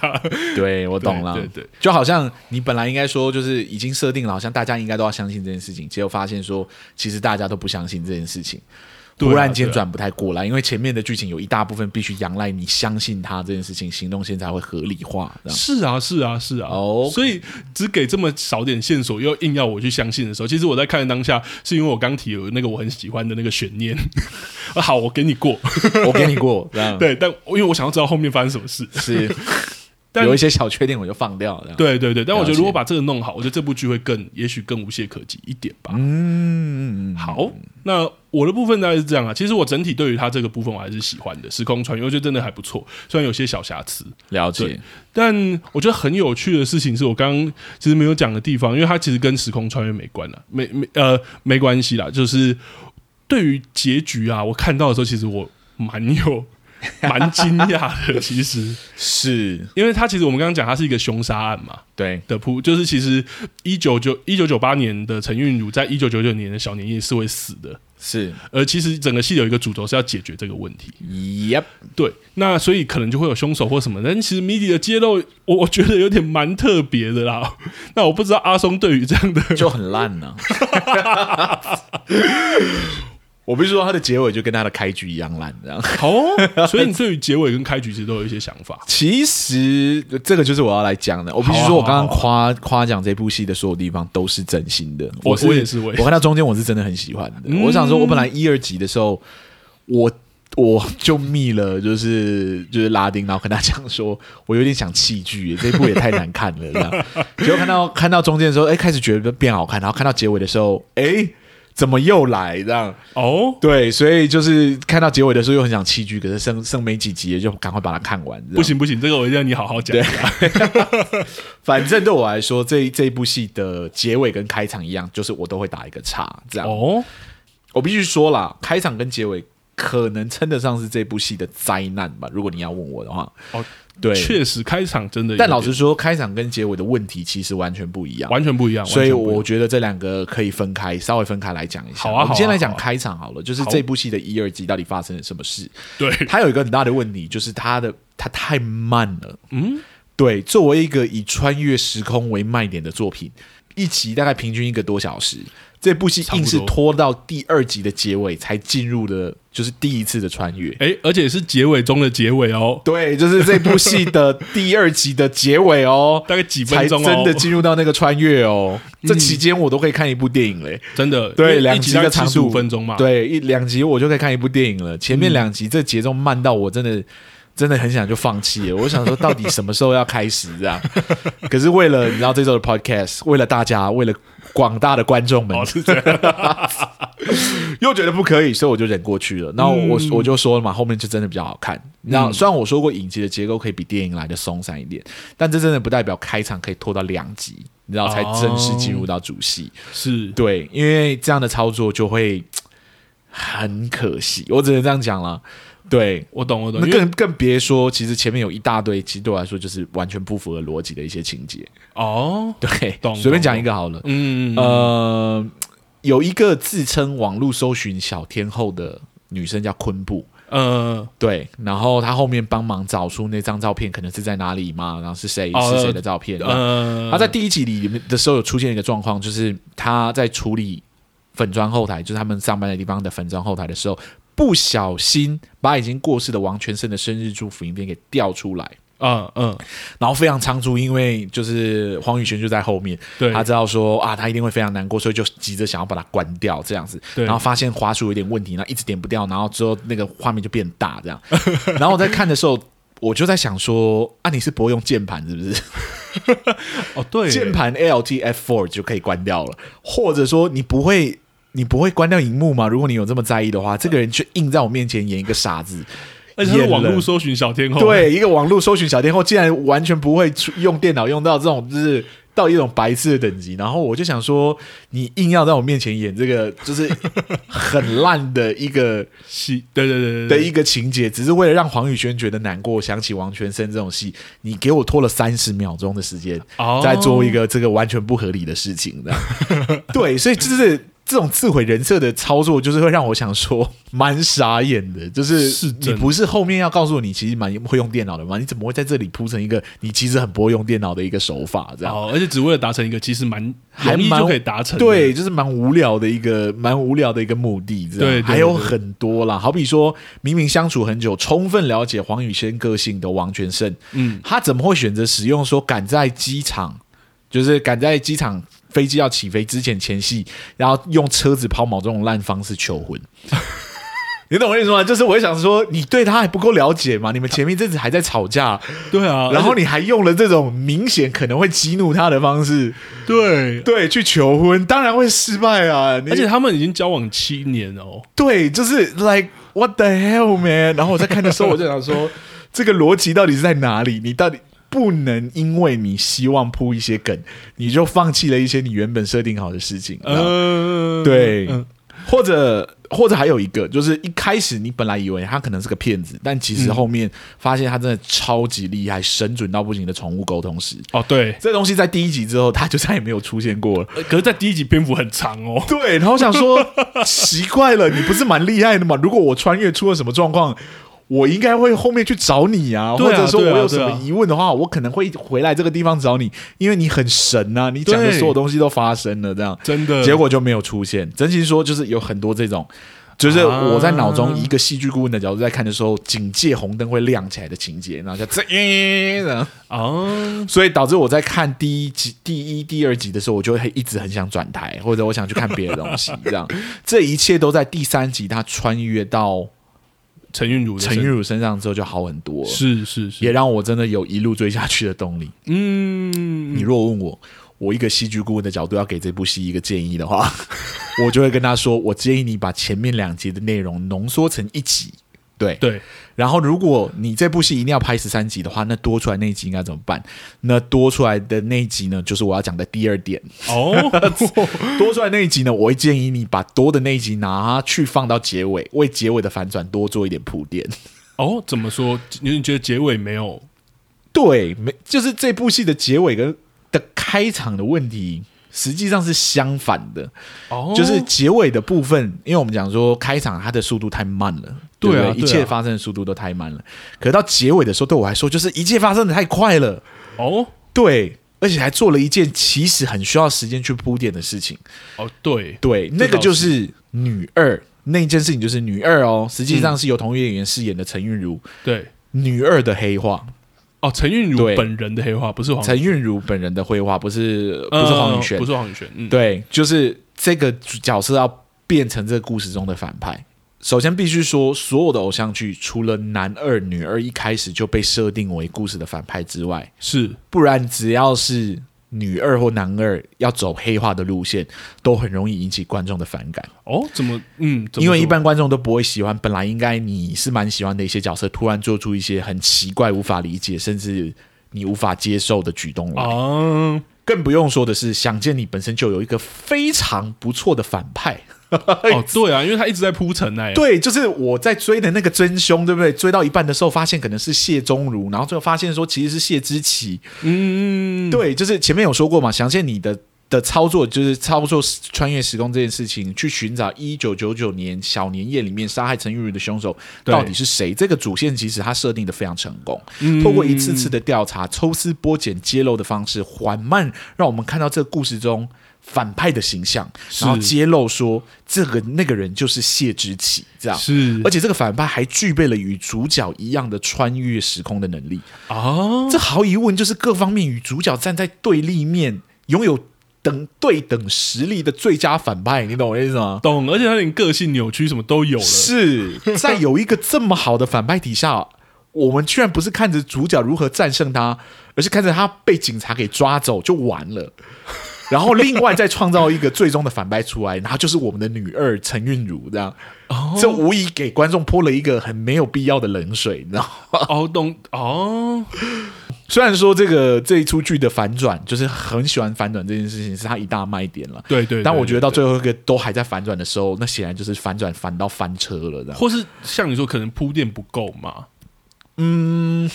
[SPEAKER 1] 对我懂了，
[SPEAKER 2] 对对对
[SPEAKER 1] 就好像你本来应该说，就是已经设定了，好像大家应该都要相信这件事情，结果发现说，其实大家都不相信这件事情，
[SPEAKER 2] 对啊
[SPEAKER 1] 突然间
[SPEAKER 2] 对啊
[SPEAKER 1] 转不太过来，因为前面的剧情有一大部分必须仰赖你相信他这件事情，行动线才会合理化。 这样
[SPEAKER 2] 是啊，是啊，是啊。
[SPEAKER 1] 哦
[SPEAKER 2] 所以只给这么少点线索，又硬要我去相信的时候，其实我在看的当下，是因为我刚提有那个我很喜欢的那个悬念。啊好，我给你过。
[SPEAKER 1] 我给你过，这 样
[SPEAKER 2] 对，但因为我想要知道后面发生什么事。
[SPEAKER 1] 是
[SPEAKER 2] 但
[SPEAKER 1] 有一些小缺点我就放掉了。
[SPEAKER 2] 对对对，但我
[SPEAKER 1] 了
[SPEAKER 2] 觉得
[SPEAKER 1] 解
[SPEAKER 2] 如果把这个弄好，我觉得这部剧会更，也许更无懈可击一点吧。
[SPEAKER 1] 嗯，
[SPEAKER 2] 好，那我的部分大概是这样啊。其实我整体对于它这个部分我还是喜欢的，时空穿越我觉得真的还不错，虽然有些小瑕疵。
[SPEAKER 1] 了
[SPEAKER 2] 对
[SPEAKER 1] 解。
[SPEAKER 2] 但我觉得很有趣的事情是我刚刚其实没有讲的地方，因为它其实跟时空穿越没关了，没没呃没关系啦。就是对于结局啊，我看到的时候，其实我蛮有蛮惊讶的。其实，
[SPEAKER 1] 是，
[SPEAKER 2] 因为它其实我们刚刚讲，它是一个凶杀案嘛
[SPEAKER 1] 对，
[SPEAKER 2] 的铺，就是其实一九九一九九八年的陈韵如，在一九九九年的小年夜是会死的。
[SPEAKER 1] 是
[SPEAKER 2] 而其实整个戏有一个主轴是要解决这个问题，
[SPEAKER 1] ，Yep，
[SPEAKER 2] 对，那所以可能就会有凶手或什么，但其实谜底的揭露，我我觉得有点蛮特别的啦。 那我不 知道阿松对于这样的，
[SPEAKER 1] 就很烂呢、我不是说它的结尾就跟它的开局一样烂，这样。
[SPEAKER 2] 好哦， 所以你对于结尾跟开局其实都有一些想法。
[SPEAKER 1] 其实这个就是我要来讲的。我必须说，
[SPEAKER 2] 好啊
[SPEAKER 1] 我刚刚夸夸奖这部戏的所有地方都是真心的。
[SPEAKER 2] 我
[SPEAKER 1] 是
[SPEAKER 2] 我也是我也是
[SPEAKER 1] 我看到中间我是真的很喜欢的。
[SPEAKER 2] 嗯
[SPEAKER 1] 我想说，我本来一二集的时候，我我就密了，就是就是拉丁，然后跟他讲说，我有点想弃剧，这部也太难看了。这 样，结果看到看到中间的时候，哎，开始觉得变好看，然后看到结尾的时候，哎，怎么又来这样？
[SPEAKER 2] 哦，
[SPEAKER 1] 对，啊所以就是看到结尾的时候又很想弃剧，可是剩剩没几集，就赶快把它看完。这样
[SPEAKER 2] 不行不行，这个我一定要你好好讲一
[SPEAKER 1] 啊
[SPEAKER 2] 下。
[SPEAKER 1] 反正对我来说，这这一部戏的结尾跟开场一样，就是我都会打一个叉。这样，
[SPEAKER 2] 哦，
[SPEAKER 1] 我必须说啦，开场跟结尾可能称得上是这部戏的灾难吧。如果你要问我的话，
[SPEAKER 2] 哦，
[SPEAKER 1] 对。
[SPEAKER 2] 确实开场真的有点，
[SPEAKER 1] 但老实说，开场跟结尾的问题其实完全不一样，
[SPEAKER 2] 完全不一样，
[SPEAKER 1] 所以
[SPEAKER 2] 完全不
[SPEAKER 1] 我
[SPEAKER 2] 一样
[SPEAKER 1] 觉得这两个可以分开，稍微分开来讲一下。
[SPEAKER 2] 好啊
[SPEAKER 1] 我们先
[SPEAKER 2] 好啊
[SPEAKER 1] 来讲
[SPEAKER 2] 好啊
[SPEAKER 1] 开场好了，就是
[SPEAKER 2] 好
[SPEAKER 1] 这部戏的一二集到底发生了什么事？
[SPEAKER 2] 对，
[SPEAKER 1] 它有一个很大的问题，就是它的它太慢了。
[SPEAKER 2] 嗯，
[SPEAKER 1] 对，作为一个以穿越时空为卖点的作品，一集大概平均一个多小时，这部戏
[SPEAKER 2] 差不
[SPEAKER 1] 硬
[SPEAKER 2] 多
[SPEAKER 1] 是拖到第二集的结尾才进入的，就是第一次的穿越。
[SPEAKER 2] 哎，而且是结尾中的结尾哦，
[SPEAKER 1] 对，就是这部戏的第二集的结尾哦，
[SPEAKER 2] 大概 几
[SPEAKER 1] 才
[SPEAKER 2] 分钟
[SPEAKER 1] 真
[SPEAKER 2] 哦，嗯
[SPEAKER 1] 的进入到那个穿越哦。这期间我都可以看一部电影嘞。
[SPEAKER 2] 真的
[SPEAKER 1] 对
[SPEAKER 2] 因为
[SPEAKER 1] 两
[SPEAKER 2] 一集
[SPEAKER 1] 集
[SPEAKER 2] 大概
[SPEAKER 1] 的长
[SPEAKER 2] 七十五
[SPEAKER 1] 度
[SPEAKER 2] 分钟嘛，，嗯
[SPEAKER 1] 对，一两集我就可以看一部电影了。前面两集这节奏慢到我真的真的很想就放弃了。我想说，到底什么时候要开始这样？可是为了你知道这周的 podcast，为了大家，为了广大的观众们，
[SPEAKER 2] 哦是这样，
[SPEAKER 1] 又觉得不可以，所以我就忍过去了。然后
[SPEAKER 2] 嗯
[SPEAKER 1] 我、我就说了嘛，后面就真的比较好看。那、虽然我说过影集的结构可以比电影来的松散一点，但这真的不代表开场可以拖到两集，你知道
[SPEAKER 2] 哦
[SPEAKER 1] 才正式进入到主戏。
[SPEAKER 2] 是
[SPEAKER 1] 对，因为这样的操作就会很可惜，我只能这样讲了。对，
[SPEAKER 2] 我懂我懂，
[SPEAKER 1] 那
[SPEAKER 2] 因为
[SPEAKER 1] 更更别说，其实前面有一大堆，其实对我来说就是完全不符合逻辑的一些情节。
[SPEAKER 2] 哦，
[SPEAKER 1] 对
[SPEAKER 2] 懂，
[SPEAKER 1] 随便讲一个好了。
[SPEAKER 2] 嗯，
[SPEAKER 1] 呃，有一个自称网络搜寻小天后的女生叫昆布，
[SPEAKER 2] 呃，
[SPEAKER 1] 对，然后她后面帮忙找出那张照片可能是在哪里嘛，然后是谁、
[SPEAKER 2] 哦
[SPEAKER 1] 是谁的照片，
[SPEAKER 2] 呃，
[SPEAKER 1] 啊嗯他在第一集里面的时候有出现一个状况，就是他在处理粉砖后台，就是他们上班的地方的粉砖后台的时候，不小心把已经过世的王全胜的生日祝福影片给调出来，
[SPEAKER 2] 嗯嗯，
[SPEAKER 1] 然后非常仓促，因为就是黄宇轩就在后面，
[SPEAKER 2] 对，
[SPEAKER 1] 他知道说啊，他一定会非常难过，所以就急着想要把它关掉这样子。
[SPEAKER 2] 对
[SPEAKER 1] 然后发现滑鼠有点问题，然后一直点不掉，然后之后那个画面就变大这 样。然后我在看的时候，我就在想说啊，你是不会用键盘是不是？
[SPEAKER 2] 哦对，
[SPEAKER 1] 键盘 ALT F four 就可以关掉了，或者说你不会。你不会关掉荧幕吗？如果你有这么在意的话，这个人却硬在我面前演一个傻子，
[SPEAKER 2] 而且他是
[SPEAKER 1] 演
[SPEAKER 2] 网
[SPEAKER 1] 了
[SPEAKER 2] 络搜寻小天后，，
[SPEAKER 1] 对一个网络搜寻小天后，竟然完全不会出用电脑用到这种就是到一种白痴的等级。然后我就想说，你硬要在我面前演这个就是很烂的一个
[SPEAKER 2] 是，对对对对
[SPEAKER 1] 的
[SPEAKER 2] 对，
[SPEAKER 1] 一个情节，只是为了让黄宇轩觉得难过，想起王全生这种戏，你给我拖了三十秒钟的时间
[SPEAKER 2] 哦，
[SPEAKER 1] 在做一个这个完全不合理的事情 的。对，所以就是这种自毁人设的操作，就是会让我想说蛮傻眼的，就是
[SPEAKER 2] 是真
[SPEAKER 1] 你
[SPEAKER 2] 的
[SPEAKER 1] 不是后面要告诉我你其实蛮会用电脑的吗？你怎么会在这里铺成一个你其实很不会用电脑的一个手法这样？
[SPEAKER 2] 哦，而且只为了达成一个其实蛮
[SPEAKER 1] 还
[SPEAKER 2] 容易
[SPEAKER 1] 蛮
[SPEAKER 2] 就可以达成的，
[SPEAKER 1] 对，就是蛮无聊的一个蛮无聊的一个目的，这样
[SPEAKER 2] 对对
[SPEAKER 1] 还有
[SPEAKER 2] 对
[SPEAKER 1] 很多啦，好比说明明相处很久，充分了解黄宇轩个性的王全胜，
[SPEAKER 2] 嗯，
[SPEAKER 1] 他怎么会选择使用说赶在机场，就是赶在机场飞机要起飞之前前戏，然后用车子抛锚这种烂方式求 婚？你懂我意思吗？就是我会想说，你对他还不够了解嘛？你们前面一阵子还在吵 架，
[SPEAKER 2] 对啊，
[SPEAKER 1] 然后
[SPEAKER 2] 而且
[SPEAKER 1] 你还用了这种明显可能会激怒他的方式，
[SPEAKER 2] 对，
[SPEAKER 1] 对，去求婚当然会失败啊！你
[SPEAKER 2] 而且他们已经交往七年哦，
[SPEAKER 1] 对，就是 like what the hell man。然后我在看的 时候，我就想说，这个逻辑到底是在哪里？你到底不能因为你希望铺一些梗，你就放弃了一些你原本设定好的事情。呃，
[SPEAKER 2] 嗯，
[SPEAKER 1] 对
[SPEAKER 2] 嗯
[SPEAKER 1] 或者或者还有一个，就是一开始你本来以为他可能是个骗子，但其实后面发现他真的超级厉害，神准到不行的宠物沟通师。
[SPEAKER 2] 哦对，
[SPEAKER 1] 这东西在第一集之后，他就再也没有出现过了。
[SPEAKER 2] 呃可是，在第一集篇幅很长哦，
[SPEAKER 1] 对，然后想 说奇怪了，你不是蛮厉害的吗？如果我穿越出了什么状况，我应该会后面去找你啊，
[SPEAKER 2] 对
[SPEAKER 1] 或
[SPEAKER 2] 啊
[SPEAKER 1] 者说
[SPEAKER 2] 对啊
[SPEAKER 1] 我有什
[SPEAKER 2] 对啊
[SPEAKER 1] 么疑问的话，我可能会回来这个地方找你，因为你很神啊，你讲的
[SPEAKER 2] 对
[SPEAKER 1] 所有东西都发生了，这样
[SPEAKER 2] 真的，
[SPEAKER 1] 结果就没有出现。真心说，就是有很多这种。就是
[SPEAKER 2] 啊
[SPEAKER 1] 我在脑中以一个戏剧顾问的角度在看的时候，警戒红灯会亮起来的情节，然后就这，然后
[SPEAKER 2] 哦，
[SPEAKER 1] 所以导致我在看第一集、第一、第二集的时候，我就会一直很想转台，或者我想去看别的东西。这 样，这一切都在第三集他穿越到
[SPEAKER 2] 陈韵如的
[SPEAKER 1] 陈
[SPEAKER 2] 声音，
[SPEAKER 1] 韵如身上之后就好很多了，
[SPEAKER 2] 是是是，
[SPEAKER 1] 也让我真的有一路追下去的动力。
[SPEAKER 2] 嗯，
[SPEAKER 1] 你若问我，我一个戏剧顾问的角度要给这部戏一个建议的话， 我就会跟他说，我建议你把前面两集的内容浓缩成一集。对，
[SPEAKER 2] 对，
[SPEAKER 1] 然后如果你这部戏一定要拍十三集的话，那多出来那一集应该怎么办？那多出来的那一集呢，就是我要讲的第二点。
[SPEAKER 2] 哦，
[SPEAKER 1] 多出来那一集呢，我会建议你把多的那一集拿去放到结尾，为结尾的反转多做一点铺垫。
[SPEAKER 2] 哦，怎么说？你你觉得结尾没有？
[SPEAKER 1] 对，没就是这部戏的结尾跟的开场的问题，实际上是相反的。
[SPEAKER 2] 哦，
[SPEAKER 1] 就是结尾的部分，因为我们讲说开场它的速度太慢了，
[SPEAKER 2] 对啊
[SPEAKER 1] 不
[SPEAKER 2] 对啊
[SPEAKER 1] 一切发生的速度都太慢了。可到结尾的时候，对我来说就是一切发生的太快了，
[SPEAKER 2] 哦
[SPEAKER 1] 对，而且还做了一件其实很需要时间去铺垫的事情，
[SPEAKER 2] 哦，对，
[SPEAKER 1] 对，
[SPEAKER 2] 倒
[SPEAKER 1] 那个就是女二那一件事情，就是女二哦，实际上是由同一个演员饰演的陈韵如。
[SPEAKER 2] 对，
[SPEAKER 1] 女二的黑化，
[SPEAKER 2] 哦，陈韵如
[SPEAKER 1] 对
[SPEAKER 2] 本人的黑化不是黄，
[SPEAKER 1] 陈韵如本人的黑化，不是不
[SPEAKER 2] 哦呃
[SPEAKER 1] 是黄宇轩
[SPEAKER 2] 不，是黄宇轩，嗯，
[SPEAKER 1] 对，就是这个角色要变成这个故事中的反派。首先必须说，所有的偶像剧除了男二、女二一开始就被设定为故事的反派之外，
[SPEAKER 2] 是
[SPEAKER 1] 不然只要是女二或男二要走黑化的路线，都很容易引起观众的反感。
[SPEAKER 2] 哦，怎么嗯？怎么
[SPEAKER 1] 因为
[SPEAKER 2] 说
[SPEAKER 1] 一般观众都不会喜欢本来应该你是蛮喜欢的一些角色，突然做出一些很奇怪、无法理解，甚至你无法接受的举动来。
[SPEAKER 2] 啊，
[SPEAKER 1] 更不用说的是，想见你本身就有一个非常不错的反派。
[SPEAKER 2] 哦，对啊，因为他一直在铺陈哎，
[SPEAKER 1] 对，就是我在追的那个真凶，对不对？追到一半的时候，发现可能是谢宗儒，然后最后发现说其实是谢之奇。
[SPEAKER 2] 嗯，嗯，嗯
[SPEAKER 1] 对，就是前面有说过嘛，想见你的的操作就是操作穿越时空这件事情，去寻找一九九九年小年夜里面杀害陈玉如的凶手
[SPEAKER 2] 对
[SPEAKER 1] 到底是谁。这个主线其实它设定的非常成功，
[SPEAKER 2] 嗯
[SPEAKER 1] 透过一次次的调查、抽丝剥茧、揭露的方式，缓慢让我们看到这个故事中。反派的形象，
[SPEAKER 2] 是
[SPEAKER 1] 然后揭露说这个那个人就是谢之奇，这样
[SPEAKER 2] 是
[SPEAKER 1] 啊而且这个反派还具备了与主角一样的穿越时空的能力，
[SPEAKER 2] 啊，
[SPEAKER 1] 这毫无疑问就是各方面与主角站在对立面，拥有等对等实力的最佳反派，你懂我的意思吗？
[SPEAKER 2] 懂，而且他连个性扭曲什么都有了，
[SPEAKER 1] 是在有一个这么好的反派底下，我们居然不是看着主角如何战胜他，而是看着他被警察给抓走就完了。然后另外再创造一个最终的反派出来，然后就是我们的女二陈韵如这样，这无疑给观众泼了一个很没有必要的冷水，你知道吗？
[SPEAKER 2] 哦，懂哦，
[SPEAKER 1] 虽然说这个这一出剧的反转，就是很喜欢反转这件事情是他一大卖点了，
[SPEAKER 2] 对对，
[SPEAKER 1] 但我觉得到
[SPEAKER 2] 最。对
[SPEAKER 1] 最后一个都还在反转的时候，那显然就是反转反到翻车了，这样。
[SPEAKER 2] 或是像你说，可能铺垫不够嘛？嗯，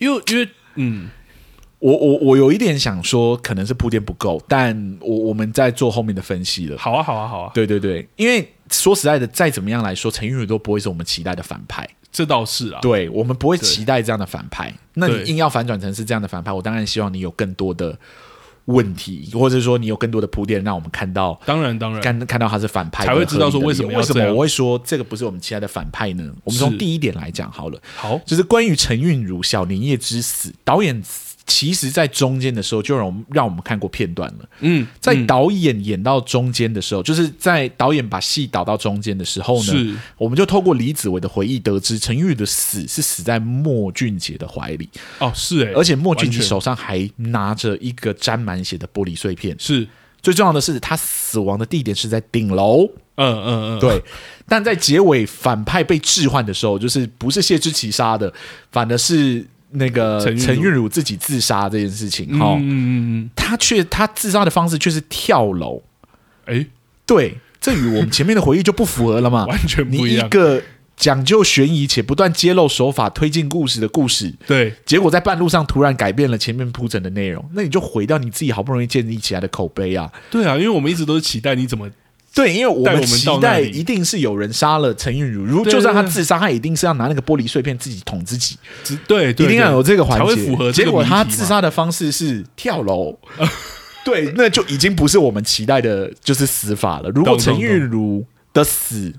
[SPEAKER 2] 因为因为嗯，
[SPEAKER 1] 我我我有一点想说，可能是铺垫不够，但我我们在做后面的分析了。
[SPEAKER 2] 好啊，好啊，好啊，
[SPEAKER 1] 对对对，因为说实在的，再怎么样来说，陈韵如都不会是我们期待的反派，
[SPEAKER 2] 这倒是啊，
[SPEAKER 1] 对我们不会期待这样的反派。那
[SPEAKER 2] 对
[SPEAKER 1] 你硬要反转成是这样的反派，我当然希望你有更多的问题，或者说你有更多的铺垫，让我们看到
[SPEAKER 2] 当然当然，
[SPEAKER 1] 看看到他是反派的
[SPEAKER 2] 才会知道说
[SPEAKER 1] 合理的
[SPEAKER 2] 为什么
[SPEAKER 1] 理
[SPEAKER 2] 要
[SPEAKER 1] 由为什
[SPEAKER 2] 这
[SPEAKER 1] 么
[SPEAKER 2] 样
[SPEAKER 1] 我会说这个不是我们期待的反派呢？我们
[SPEAKER 2] 是
[SPEAKER 1] 从第一点来讲好了，
[SPEAKER 2] 好，
[SPEAKER 1] 就是关于陈韵如小年夜之死，导演其实在中间的时候就让我们让我们看过片段了。
[SPEAKER 2] 嗯，
[SPEAKER 1] 在
[SPEAKER 2] 嗯
[SPEAKER 1] 导演演到中间的时候，就是在导演把戏导到中间的时候
[SPEAKER 2] 是
[SPEAKER 1] 呢，我们就透过李子维的回忆得知，陈韵如的死是死在莫俊杰的怀里，
[SPEAKER 2] 哦是哎，
[SPEAKER 1] 而且莫俊
[SPEAKER 2] 完
[SPEAKER 1] 杰
[SPEAKER 2] 全
[SPEAKER 1] 手上还拿着一个沾满血的玻璃碎片。
[SPEAKER 2] 是，
[SPEAKER 1] 最重要的是，他死亡的地点是在顶楼。
[SPEAKER 2] 嗯 嗯嗯，，
[SPEAKER 1] 对，但在结尾反派被置换的时候，就是不是谢之奇杀的，反而是那个
[SPEAKER 2] 陈韵如
[SPEAKER 1] 陈韵如自己自杀这件事情。哈、
[SPEAKER 2] 嗯嗯嗯
[SPEAKER 1] 他却他自杀的方式却是跳楼，
[SPEAKER 2] 嗯，
[SPEAKER 1] 对，这与我们前面的回忆就不符合了嘛
[SPEAKER 2] 哎，，完全
[SPEAKER 1] 你
[SPEAKER 2] 不一
[SPEAKER 1] 一
[SPEAKER 2] 样，
[SPEAKER 1] 个讲究悬疑且不断揭露手法推进故事的故事。
[SPEAKER 2] 对，
[SPEAKER 1] 结果在半路上突然改变了前面铺陈的内容，那你就毁掉你自己好不容易建立起来的口碑啊！
[SPEAKER 2] 对啊，因为我们一直都是期待你怎么
[SPEAKER 1] 对，因为我
[SPEAKER 2] 带我
[SPEAKER 1] 们
[SPEAKER 2] 们
[SPEAKER 1] 期
[SPEAKER 2] 到那
[SPEAKER 1] 待
[SPEAKER 2] 里
[SPEAKER 1] 一定是有人杀了陈韵如，如
[SPEAKER 2] 对
[SPEAKER 1] 就算他
[SPEAKER 2] 对对
[SPEAKER 1] 自杀，他一定是要拿那个玻璃碎片自己捅自己，
[SPEAKER 2] 只对，
[SPEAKER 1] 一
[SPEAKER 2] 对
[SPEAKER 1] 定要有这个环节，
[SPEAKER 2] 才会符合这
[SPEAKER 1] 结
[SPEAKER 2] 个
[SPEAKER 1] 果
[SPEAKER 2] 谜
[SPEAKER 1] 他
[SPEAKER 2] 题
[SPEAKER 1] 自
[SPEAKER 2] 嘛
[SPEAKER 1] 杀的方式是跳 楼，对，那就已经不是我们期待的，就是死法了。如果
[SPEAKER 2] 懂懂
[SPEAKER 1] 陈韵如的死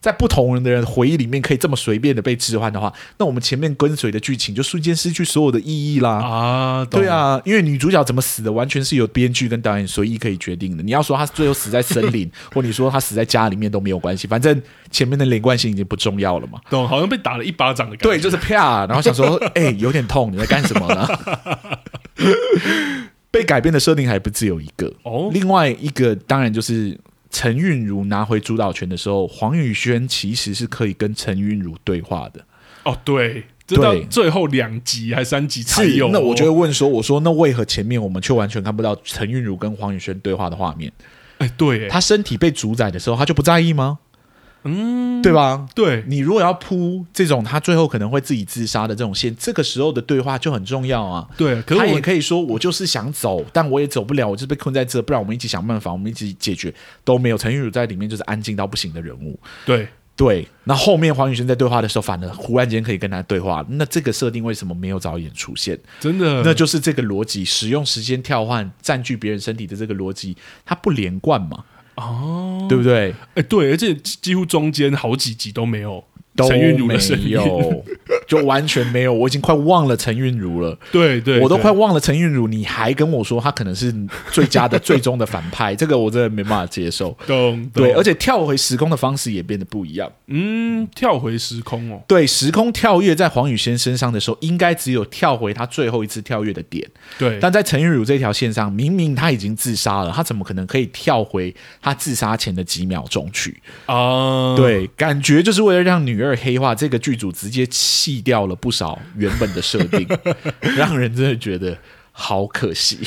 [SPEAKER 1] 在不同人的人回忆里面可以这么随便的被置换的话，那我们前面跟随的剧情就瞬间失去所有的意义啦。
[SPEAKER 2] 啊，懂
[SPEAKER 1] 对，啊，因为女主角怎么死的，完全是由编剧跟导演随意可以决定的。你要说她最后死在森 林，或你说她死在家里面都没有关系，反正前面的连贯性已经不重要了嘛。
[SPEAKER 2] 懂，好像被打了一巴掌的感觉。
[SPEAKER 1] 对，就是啪，然后想说，哎、有点痛，你在干什么 呢？被改变的设定还不只有一个，
[SPEAKER 2] 哦，
[SPEAKER 1] 另外一个当然就是陈韵如拿回主导权的时候，黄宇轩其实是可以跟陈韵如对话的。
[SPEAKER 2] 哦，对，这到
[SPEAKER 1] 对
[SPEAKER 2] 最后两集还三集才有哦、
[SPEAKER 1] 那我就会问说，我说那为何前面我们却完全看不到陈韵如跟黄宇轩对话的画面？
[SPEAKER 2] 哎，对，哎
[SPEAKER 1] 他身体被主宰的时候，他就不在意吗？嗯，对吧？
[SPEAKER 2] 对，
[SPEAKER 1] 你如果要铺这种他最后可能会自己自杀的这种线，这个时候的对话就很重要啊。
[SPEAKER 2] 对，可是
[SPEAKER 1] 他
[SPEAKER 2] 我
[SPEAKER 1] 也可以说，我就是想走，但我也走不了，我就是被困在这，不然我们一起想办法，我们一起解决。都没有，陈韵如在里面就是安静到不行的人物。
[SPEAKER 2] 对，
[SPEAKER 1] 对，那后面黄宇轩在对话的时候，反而忽然间可以跟他对话，那这个设定为什么没有早一点出现？
[SPEAKER 2] 真的，
[SPEAKER 1] 那就是这个逻辑，使用时间跳换占据别人身体的这个逻辑，它不连贯嘛？
[SPEAKER 2] 哦，
[SPEAKER 1] 对不对？
[SPEAKER 2] 哎，对，而且几几乎中间好几集都没有
[SPEAKER 1] 都
[SPEAKER 2] 陈
[SPEAKER 1] 没
[SPEAKER 2] 韵如的声音，
[SPEAKER 1] 有，就完全没有。我已经快忘了陈韵如了，
[SPEAKER 2] 对对，
[SPEAKER 1] 我都
[SPEAKER 2] 对
[SPEAKER 1] 快忘了陈韵如，你还跟我说她可能是最佳的最终的反 派，这个我真的没办法接受。
[SPEAKER 2] 懂，
[SPEAKER 1] 对，而
[SPEAKER 2] 且
[SPEAKER 1] 且跳回时空的方式也变得不一样。
[SPEAKER 2] 嗯，跳回时空哦，
[SPEAKER 1] 对，时空跳跃在黄宇轩身上的时候，应该只有跳回他最后一次跳跃的点，
[SPEAKER 2] 对，
[SPEAKER 1] 但在陈韵如这条线上，明明他已经自杀了，他怎么可能可以跳回他自杀前的几秒钟去？
[SPEAKER 2] 啊，
[SPEAKER 1] 对，感觉就是为了让女二黑化，这个剧组直接弃掉了不少原本的设 定，让人真的觉得好可惜，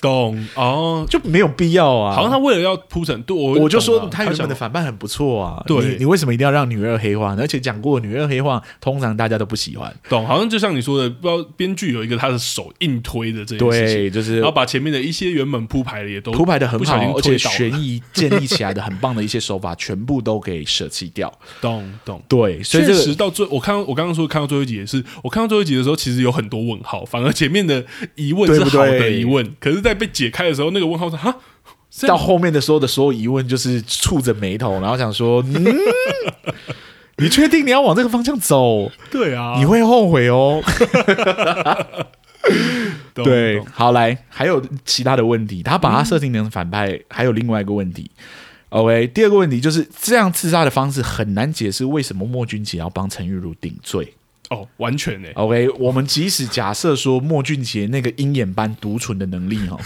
[SPEAKER 2] 懂哦，
[SPEAKER 1] 就没有必要啊。
[SPEAKER 2] 好像他为了要铺陈，对我
[SPEAKER 1] 我就
[SPEAKER 2] 懂
[SPEAKER 1] 说
[SPEAKER 2] 了
[SPEAKER 1] 他原
[SPEAKER 2] 想
[SPEAKER 1] 本的反叛很不错啊，
[SPEAKER 2] 对
[SPEAKER 1] 你你为什么一定要让女二黑化呢？而且讲过，女二黑化通常大家都不喜欢，
[SPEAKER 2] 懂，好像就像你说的，不知道编剧有一个他的手硬推的这件事情，
[SPEAKER 1] 对，就是
[SPEAKER 2] 然后把前面的一些原本铺排的也都
[SPEAKER 1] 铺排的很
[SPEAKER 2] 不
[SPEAKER 1] 好
[SPEAKER 2] 小心，
[SPEAKER 1] 而
[SPEAKER 2] 推
[SPEAKER 1] 且
[SPEAKER 2] 倒了
[SPEAKER 1] 悬疑建立起来的很棒的一些手法，全部都给舍弃 掉。
[SPEAKER 2] 懂懂。
[SPEAKER 1] 对，所以
[SPEAKER 2] 确
[SPEAKER 1] 这个
[SPEAKER 2] 实到最，我看到我刚刚说看到最后一集也是，我看到最后一集的时候，其实有很多问号，反而前面的疑问是
[SPEAKER 1] 对不
[SPEAKER 2] 好
[SPEAKER 1] 对
[SPEAKER 2] 的疑问，可是，在被解开的时候，那个问号是哈，这
[SPEAKER 1] 到后面的所有的所有疑问，就是触着眉头，然后想说， 嗯，你确定你要往这个方向走？
[SPEAKER 2] 对啊，
[SPEAKER 1] 你会后悔哦。
[SPEAKER 2] 懂
[SPEAKER 1] 对
[SPEAKER 2] 懂，
[SPEAKER 1] 好来，还有其他的问题，他把他设定成反派，还有另外一个问题。OK，第二个问题就是这样自杀的方式很难解释为什么莫俊杰要帮陈玉茹顶罪。
[SPEAKER 2] 哦，完全哎、
[SPEAKER 1] OK，我们即使假设说莫俊杰那个鹰眼般独存的能力 哦，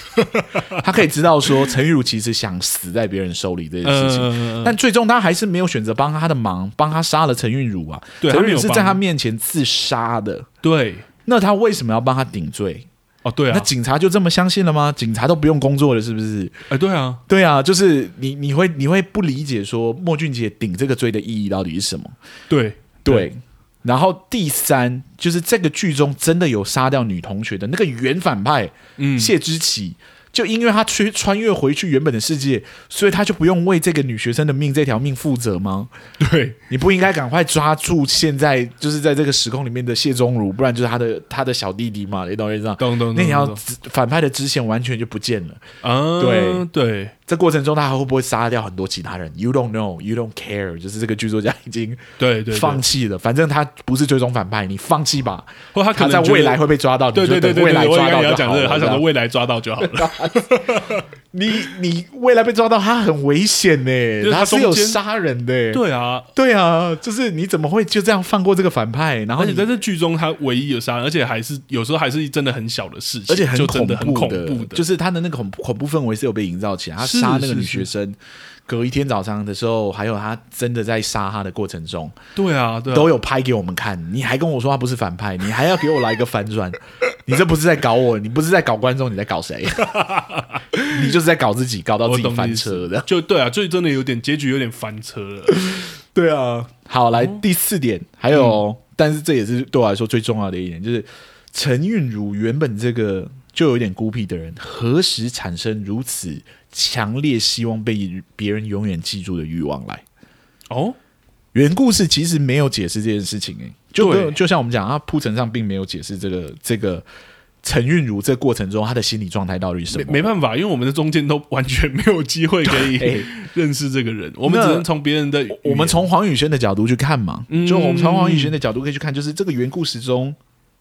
[SPEAKER 1] 他可以知道说陈玉茹其实想死在别人手里这件事情，
[SPEAKER 2] 呃，
[SPEAKER 1] 但最终他还是没有选择帮他的忙，帮他杀了陈韵如啊。
[SPEAKER 2] 对
[SPEAKER 1] 陈
[SPEAKER 2] 他没
[SPEAKER 1] 韵
[SPEAKER 2] 有
[SPEAKER 1] 如是
[SPEAKER 2] 帮
[SPEAKER 1] 在他面前自杀的，
[SPEAKER 2] 对，
[SPEAKER 1] 那他为什么要帮他顶罪？
[SPEAKER 2] 哦，对
[SPEAKER 1] 那
[SPEAKER 2] 啊，
[SPEAKER 1] 警察就这么相信了吗？警察都不用工作了，是不是？
[SPEAKER 2] 哎、对啊，
[SPEAKER 1] 对啊，就是你你会你会不理解说莫俊杰顶这个罪的意义到底是什么？
[SPEAKER 2] 对
[SPEAKER 1] 对。然后第三就是这个剧中真的有杀掉女同学的那个原反派，
[SPEAKER 2] 嗯
[SPEAKER 1] 谢之奇，就因为他去穿越回去原本的世界，所以他就不用为这个女学生的命这条命负责吗？
[SPEAKER 2] 对，
[SPEAKER 1] 你不应该赶快抓住现在就是在这个时空里面的谢宗儒，不然就是他的他的小弟弟嘛，你懂我意思吗？
[SPEAKER 2] 懂懂懂，
[SPEAKER 1] 那条
[SPEAKER 2] 懂
[SPEAKER 1] 支反派的支线完全就不见了。
[SPEAKER 2] 啊，
[SPEAKER 1] 对
[SPEAKER 2] 对，
[SPEAKER 1] 这过程中，他还会不会杀掉很多其他人？You don't know, you don't care。就是这个剧作家已经
[SPEAKER 2] 对对，
[SPEAKER 1] 放弃了，反正他不是最终反派，你放弃吧。
[SPEAKER 2] 或他
[SPEAKER 1] 他
[SPEAKER 2] 可能
[SPEAKER 1] 在
[SPEAKER 2] 觉得
[SPEAKER 1] 未来会被抓到，你
[SPEAKER 2] 对
[SPEAKER 1] 就
[SPEAKER 2] 对对
[SPEAKER 1] 等
[SPEAKER 2] 对，
[SPEAKER 1] 未来
[SPEAKER 2] 对我
[SPEAKER 1] 抓
[SPEAKER 2] 刚刚也
[SPEAKER 1] 到就
[SPEAKER 2] 要讲
[SPEAKER 1] 好
[SPEAKER 2] 这
[SPEAKER 1] 了。
[SPEAKER 2] 个，他想
[SPEAKER 1] 这
[SPEAKER 2] 说
[SPEAKER 1] 样
[SPEAKER 2] 未来抓到就 好了。
[SPEAKER 1] 你你未来被抓到，他很危险呢、
[SPEAKER 2] 就是他
[SPEAKER 1] 他是有
[SPEAKER 2] 中间
[SPEAKER 1] 杀人的、
[SPEAKER 2] 对啊，
[SPEAKER 1] 对啊，就是你怎么会就这样放过这个反派？然后
[SPEAKER 2] 而且
[SPEAKER 1] 你
[SPEAKER 2] 在这剧中，他唯一有杀人，而且还是有时候还是真的很小的事情，
[SPEAKER 1] 而且很
[SPEAKER 2] 就
[SPEAKER 1] 恐
[SPEAKER 2] 真的很恐
[SPEAKER 1] 怖的，
[SPEAKER 2] 怖的，
[SPEAKER 1] 就是他的那个恐怖恐怖氛围是有被营造起来。他
[SPEAKER 2] 是
[SPEAKER 1] 杀那个
[SPEAKER 2] 是
[SPEAKER 1] 女
[SPEAKER 2] 是
[SPEAKER 1] 学生，隔一天早上的时候，还有他真的在杀她的过程中，
[SPEAKER 2] 对啊，对啊，
[SPEAKER 1] 都有拍给我们看。你还跟我说他不是反派，你还要给我来一个反 转，你这不是在搞我，你不是在搞观众，你在搞谁？ 你就是在搞自己，搞到
[SPEAKER 2] 我
[SPEAKER 1] 自己
[SPEAKER 2] 懂你
[SPEAKER 1] 翻
[SPEAKER 2] 意思
[SPEAKER 1] 车的。
[SPEAKER 2] 就对啊，所以真的有点结局有点翻车 了。
[SPEAKER 1] 对啊，好，来、第四点，还有哦，但是这也是对我来说最重要的一点，就是陈韵如原本这个就有点孤僻的人，何时产生如此强烈希望被别人永远记住的欲望来？
[SPEAKER 2] 哦，
[SPEAKER 1] 原故事其实没有解释这件事情、欸，就
[SPEAKER 2] 对
[SPEAKER 1] 跟就像我们讲，它铺陈上并没有解释这个这个陈韵如这过程中她的心理状态到底是什
[SPEAKER 2] 没
[SPEAKER 1] 么？
[SPEAKER 2] 没办法，因为我们的中间都完全没有机会可 以
[SPEAKER 1] 哎
[SPEAKER 2] 认识这个人，我们只能从别人的语言
[SPEAKER 1] 我们从黄宇轩的角度去看嘛，
[SPEAKER 2] 嗯
[SPEAKER 1] 就我们从黄宇轩的角度可以去看，就是这个原故事中，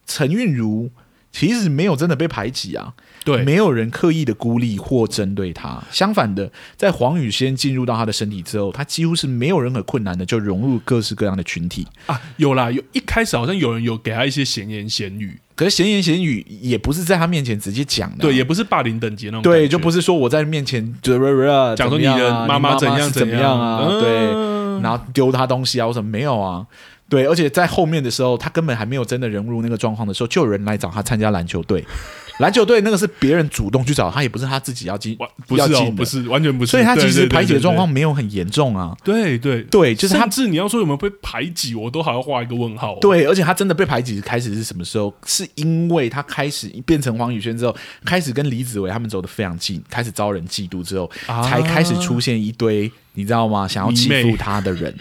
[SPEAKER 1] 陈韵如其实没有真的被排挤啊，
[SPEAKER 2] 对
[SPEAKER 1] 没有人刻意的孤立或针对他。相反的，在黄宇轩进入到他的身体之后，他几乎是没有任何困难的就融入各式各样的群体。
[SPEAKER 2] 啊，有啦，有一开始好像有人有给他一些闲言闲语，
[SPEAKER 1] 可是闲言闲语也不是在他面前直接讲的啊、
[SPEAKER 2] 对，也不是霸凌等级那种感觉，
[SPEAKER 1] 对，就不是说我在面前 怎么样啊
[SPEAKER 2] 讲说
[SPEAKER 1] 怎么
[SPEAKER 2] 你
[SPEAKER 1] 样啊
[SPEAKER 2] 的
[SPEAKER 1] 你
[SPEAKER 2] 妈
[SPEAKER 1] 妈妈
[SPEAKER 2] 怎
[SPEAKER 1] 是
[SPEAKER 2] 样
[SPEAKER 1] 怎么样
[SPEAKER 2] 样
[SPEAKER 1] 啊，
[SPEAKER 2] 嗯
[SPEAKER 1] 对。然后丢他东西啊，我什么没有啊？对，而且在后面的时候，他根本还没有真的融入那个状况的时候，就有人来找他参加篮球队。篮球队那个是别人主动去找他，也不是他自己要进
[SPEAKER 2] 完，不是
[SPEAKER 1] 要
[SPEAKER 2] 哦，
[SPEAKER 1] 进
[SPEAKER 2] 不
[SPEAKER 1] 的，
[SPEAKER 2] 是完全不是，
[SPEAKER 1] 所以他其
[SPEAKER 2] 对
[SPEAKER 1] 实排解的状，况
[SPEAKER 2] 对
[SPEAKER 1] 没有很严重啊。
[SPEAKER 2] 对对对对，
[SPEAKER 1] 对，就是他
[SPEAKER 2] 甚至你要说有没有被排挤，我都还要画一个问号、哦。
[SPEAKER 1] 对，而且他真的被排挤开始是什么时候？是因为他开始变成黄宇轩之后，开始跟李子维他们走得非常近，开始招人嫉妒之后，
[SPEAKER 2] 啊
[SPEAKER 1] 才开始出现一堆你知道吗？想要欺
[SPEAKER 2] 迷妹
[SPEAKER 1] 负他的人。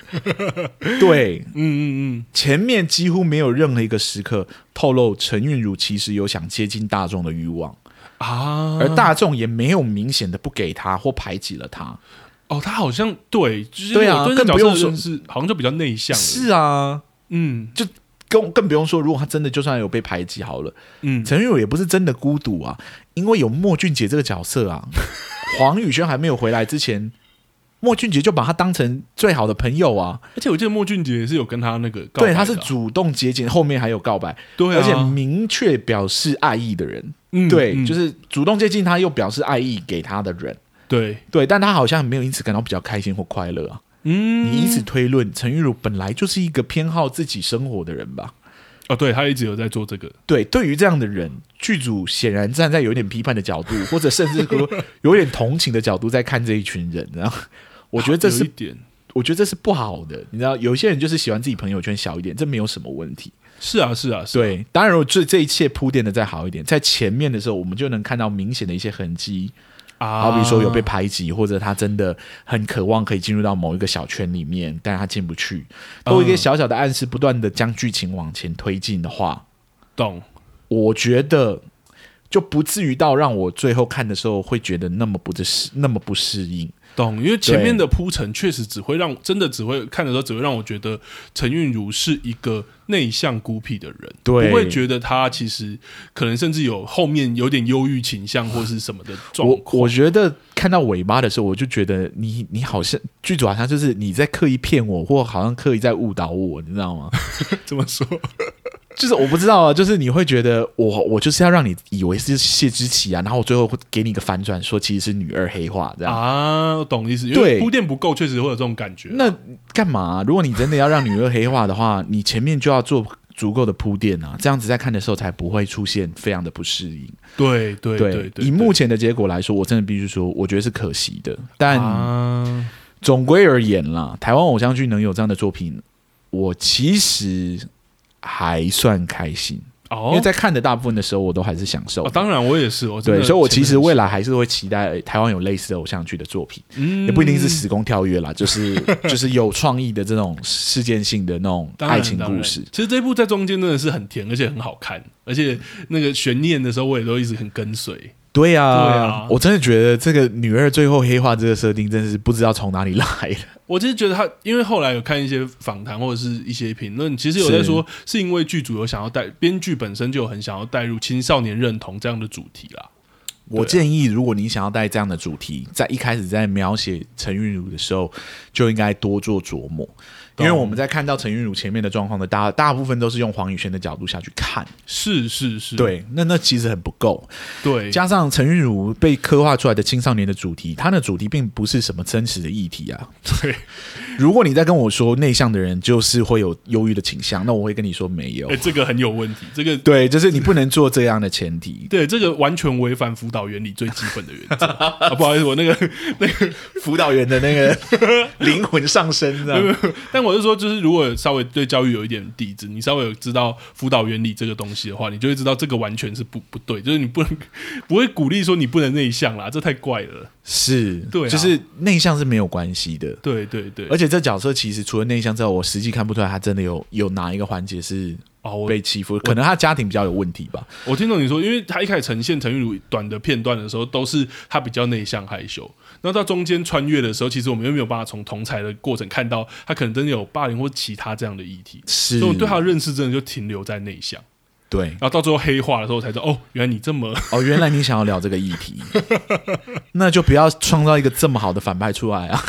[SPEAKER 1] 对，
[SPEAKER 2] 嗯，嗯嗯
[SPEAKER 1] 前面几乎没有任何一个时刻透露陈韵如其实有想接近大众的欲望，
[SPEAKER 2] 啊，
[SPEAKER 1] 而大众也没有明显的不给他或排挤了他。
[SPEAKER 2] 哦，他好像对，就是
[SPEAKER 1] 对啊
[SPEAKER 2] 我对这
[SPEAKER 1] 更
[SPEAKER 2] 角
[SPEAKER 1] 不
[SPEAKER 2] 色
[SPEAKER 1] 用
[SPEAKER 2] 的
[SPEAKER 1] 说
[SPEAKER 2] 认识好像就比较内向了，
[SPEAKER 1] 是啊。
[SPEAKER 2] 嗯
[SPEAKER 1] 更更不用说，如果他真的就算有被排挤好了，
[SPEAKER 2] 嗯，
[SPEAKER 1] 陈韵如也不是真的孤独啊，因为有莫俊杰这个角色 啊。黄宇轩还没有回来之前，莫俊杰就把他当成最好的朋友啊。
[SPEAKER 2] 而且我记得莫俊杰也是有跟他那个告白
[SPEAKER 1] 对，
[SPEAKER 2] 的
[SPEAKER 1] 他
[SPEAKER 2] 啊、
[SPEAKER 1] 是主动接近，后面还有告白，
[SPEAKER 2] 对、
[SPEAKER 1] 而
[SPEAKER 2] 啊，
[SPEAKER 1] 且明确表示爱意的人。
[SPEAKER 2] 嗯
[SPEAKER 1] 对，
[SPEAKER 2] 嗯
[SPEAKER 1] 就是主动接近他又表示爱意给他的人。
[SPEAKER 2] 对，
[SPEAKER 1] 对，但他好像没有因此感到比较开心或快乐啊。
[SPEAKER 2] 嗯，
[SPEAKER 1] 你以此推论，陈韵如本来就是一个偏好自己生活的人吧？
[SPEAKER 2] 哦，对他一直有在做这个，
[SPEAKER 1] 对，对于这样的人，剧组显然站在有一点批判的角度， 或者甚至说有一点同情的角度在看这一群人，然后。我觉得这
[SPEAKER 2] 有一
[SPEAKER 1] 是，
[SPEAKER 2] 点
[SPEAKER 1] 我觉得这是不好的，你知道，有一些人就是喜欢自己朋友圈小一点，这没有什么问题。
[SPEAKER 2] 是啊是啊是啊，
[SPEAKER 1] 对，当然，如果这这一切铺垫的再好一点，在前面的时候，我们就能看到明显的一些痕迹，
[SPEAKER 2] 啊，
[SPEAKER 1] 好比说有被排挤，或者他真的很渴望可以进入到某一个小圈里面，但是他进不去，都有一个
[SPEAKER 2] 嗯
[SPEAKER 1] 小小的暗示，不断的将剧情往前推进的话，
[SPEAKER 2] 懂
[SPEAKER 1] 我觉得就不至于到让我最后看的时候会觉得那么不适那么不适应。
[SPEAKER 2] 懂，因为前
[SPEAKER 1] 对
[SPEAKER 2] 面的铺陈确实只会让真的只会看的时候只会让我觉得陈韵如是一个内向孤僻的人，
[SPEAKER 1] 对
[SPEAKER 2] 不会觉得他其实可能甚至有后面有点忧郁倾向或是什么的状
[SPEAKER 1] 我
[SPEAKER 2] 况。
[SPEAKER 1] 我觉得看到尾巴的时候，我就觉得你你好像剧组好像就是你在刻意骗我，或好像刻意在误导我，你知道吗？
[SPEAKER 2] 这么说？
[SPEAKER 1] 就是我不知道啊，就是你会觉得我我就是要让你以为是谢之琪啊，然后我最后会给你一个反转，说其实是女二黑化这样。
[SPEAKER 2] 啊，我懂意思，因为
[SPEAKER 1] 对
[SPEAKER 2] 铺垫不够，确实会有这种感觉。
[SPEAKER 1] 那干嘛啊、如果你真的要让女二黑化的话，你前面就要做足够的铺垫啊，这样子在看的时候才不会出现非常的不适应。
[SPEAKER 2] 对对对对，
[SPEAKER 1] 以目前的结果来说，我真的必须说，我觉得是可惜的。但
[SPEAKER 2] 啊，
[SPEAKER 1] 总归而言啦，台湾偶像剧能有这样的作品，我其实还算开心，
[SPEAKER 2] 哦，
[SPEAKER 1] 因为在看的大部分的时候，我都还是享受
[SPEAKER 2] 哦，
[SPEAKER 1] 的。
[SPEAKER 2] 当然我也是，我真
[SPEAKER 1] 对，
[SPEAKER 2] 的
[SPEAKER 1] 所以我其实
[SPEAKER 2] 前面
[SPEAKER 1] 未来还是会期待哎台湾有类似的偶像剧的作品，
[SPEAKER 2] 嗯
[SPEAKER 1] 也不一定是时空跳 跃啦，就是就是有创意的这种事件性的那种
[SPEAKER 2] 当然
[SPEAKER 1] 爱情
[SPEAKER 2] 当
[SPEAKER 1] 故
[SPEAKER 2] 然
[SPEAKER 1] 事。
[SPEAKER 2] 其实这一部在中间真的是很甜，而且很好看，而且那个悬念的时候，我也都一直很跟随。
[SPEAKER 1] 对呀、
[SPEAKER 2] 对啊
[SPEAKER 1] 我真的觉得这个女二最后黑化这个设定，真的是不知道从哪里来的。
[SPEAKER 2] 我其实觉得他，因为后来有看一些访谈或者是一些评论，其实有在说是因为剧组有想要带，编剧本身就有很想要带入青少年认同这样的主题啦。
[SPEAKER 1] 我
[SPEAKER 2] 对
[SPEAKER 1] 建议，如果你想要带这样的主题，在一开始在描写陈韵如的时候，就应该多做琢磨，因为
[SPEAKER 2] 懂
[SPEAKER 1] 我们在看到陈韵如前面的状况的大大部分都是用黄宇轩的角度下去看，
[SPEAKER 2] 是是是，
[SPEAKER 1] 对，那那其实很不够。
[SPEAKER 2] 对，
[SPEAKER 1] 加上陈韵如被刻画出来的青少年的主题，它的主题并不是什么真实的议题啊。
[SPEAKER 2] 对，
[SPEAKER 1] 如果你在跟我说内向的人就是会有忧郁的倾向，那我会跟你说没有
[SPEAKER 2] 哎，。这个很有问题，这个
[SPEAKER 1] 对，就是你不能做这样的前 提。
[SPEAKER 2] 对这个完全违反辅导原理最基本的原 则啊！不好意思，我那个
[SPEAKER 1] 辅导员的那个 灵魂上升，这样。
[SPEAKER 2] 但我是说，就是如果稍微对教育有一点底子，你稍微有知道辅导原理这个东西的话，你就会知道这个完全是不不对，就是你不能 不会鼓励说你不能内向啦，这太怪了。
[SPEAKER 1] 是，
[SPEAKER 2] 对啊
[SPEAKER 1] 就是内向是没有关系的。
[SPEAKER 2] 对对对，
[SPEAKER 1] 而且这角色其实除了内向之外，我实际看不出来他真的有有哪一个环节是
[SPEAKER 2] 哦，我
[SPEAKER 1] 被欺负，可能他家庭比较有问题吧。
[SPEAKER 2] 我听懂你说，因为他一开始呈现陈玉如短的片段的时候，都是他比较内向害羞。那到中间穿越的时候，其实我们又没有办法从同才的过程看到他可能真的有霸凌或其他这样的议题，
[SPEAKER 1] 是，
[SPEAKER 2] 所以我对他的认识真的就停留在内向。
[SPEAKER 1] 对
[SPEAKER 2] 然后到最后黑化的时候，我才知道哦，原来你这么
[SPEAKER 1] 哦，原来你想要聊这个议题，那就不要创造一个这么好的反派出来 啊！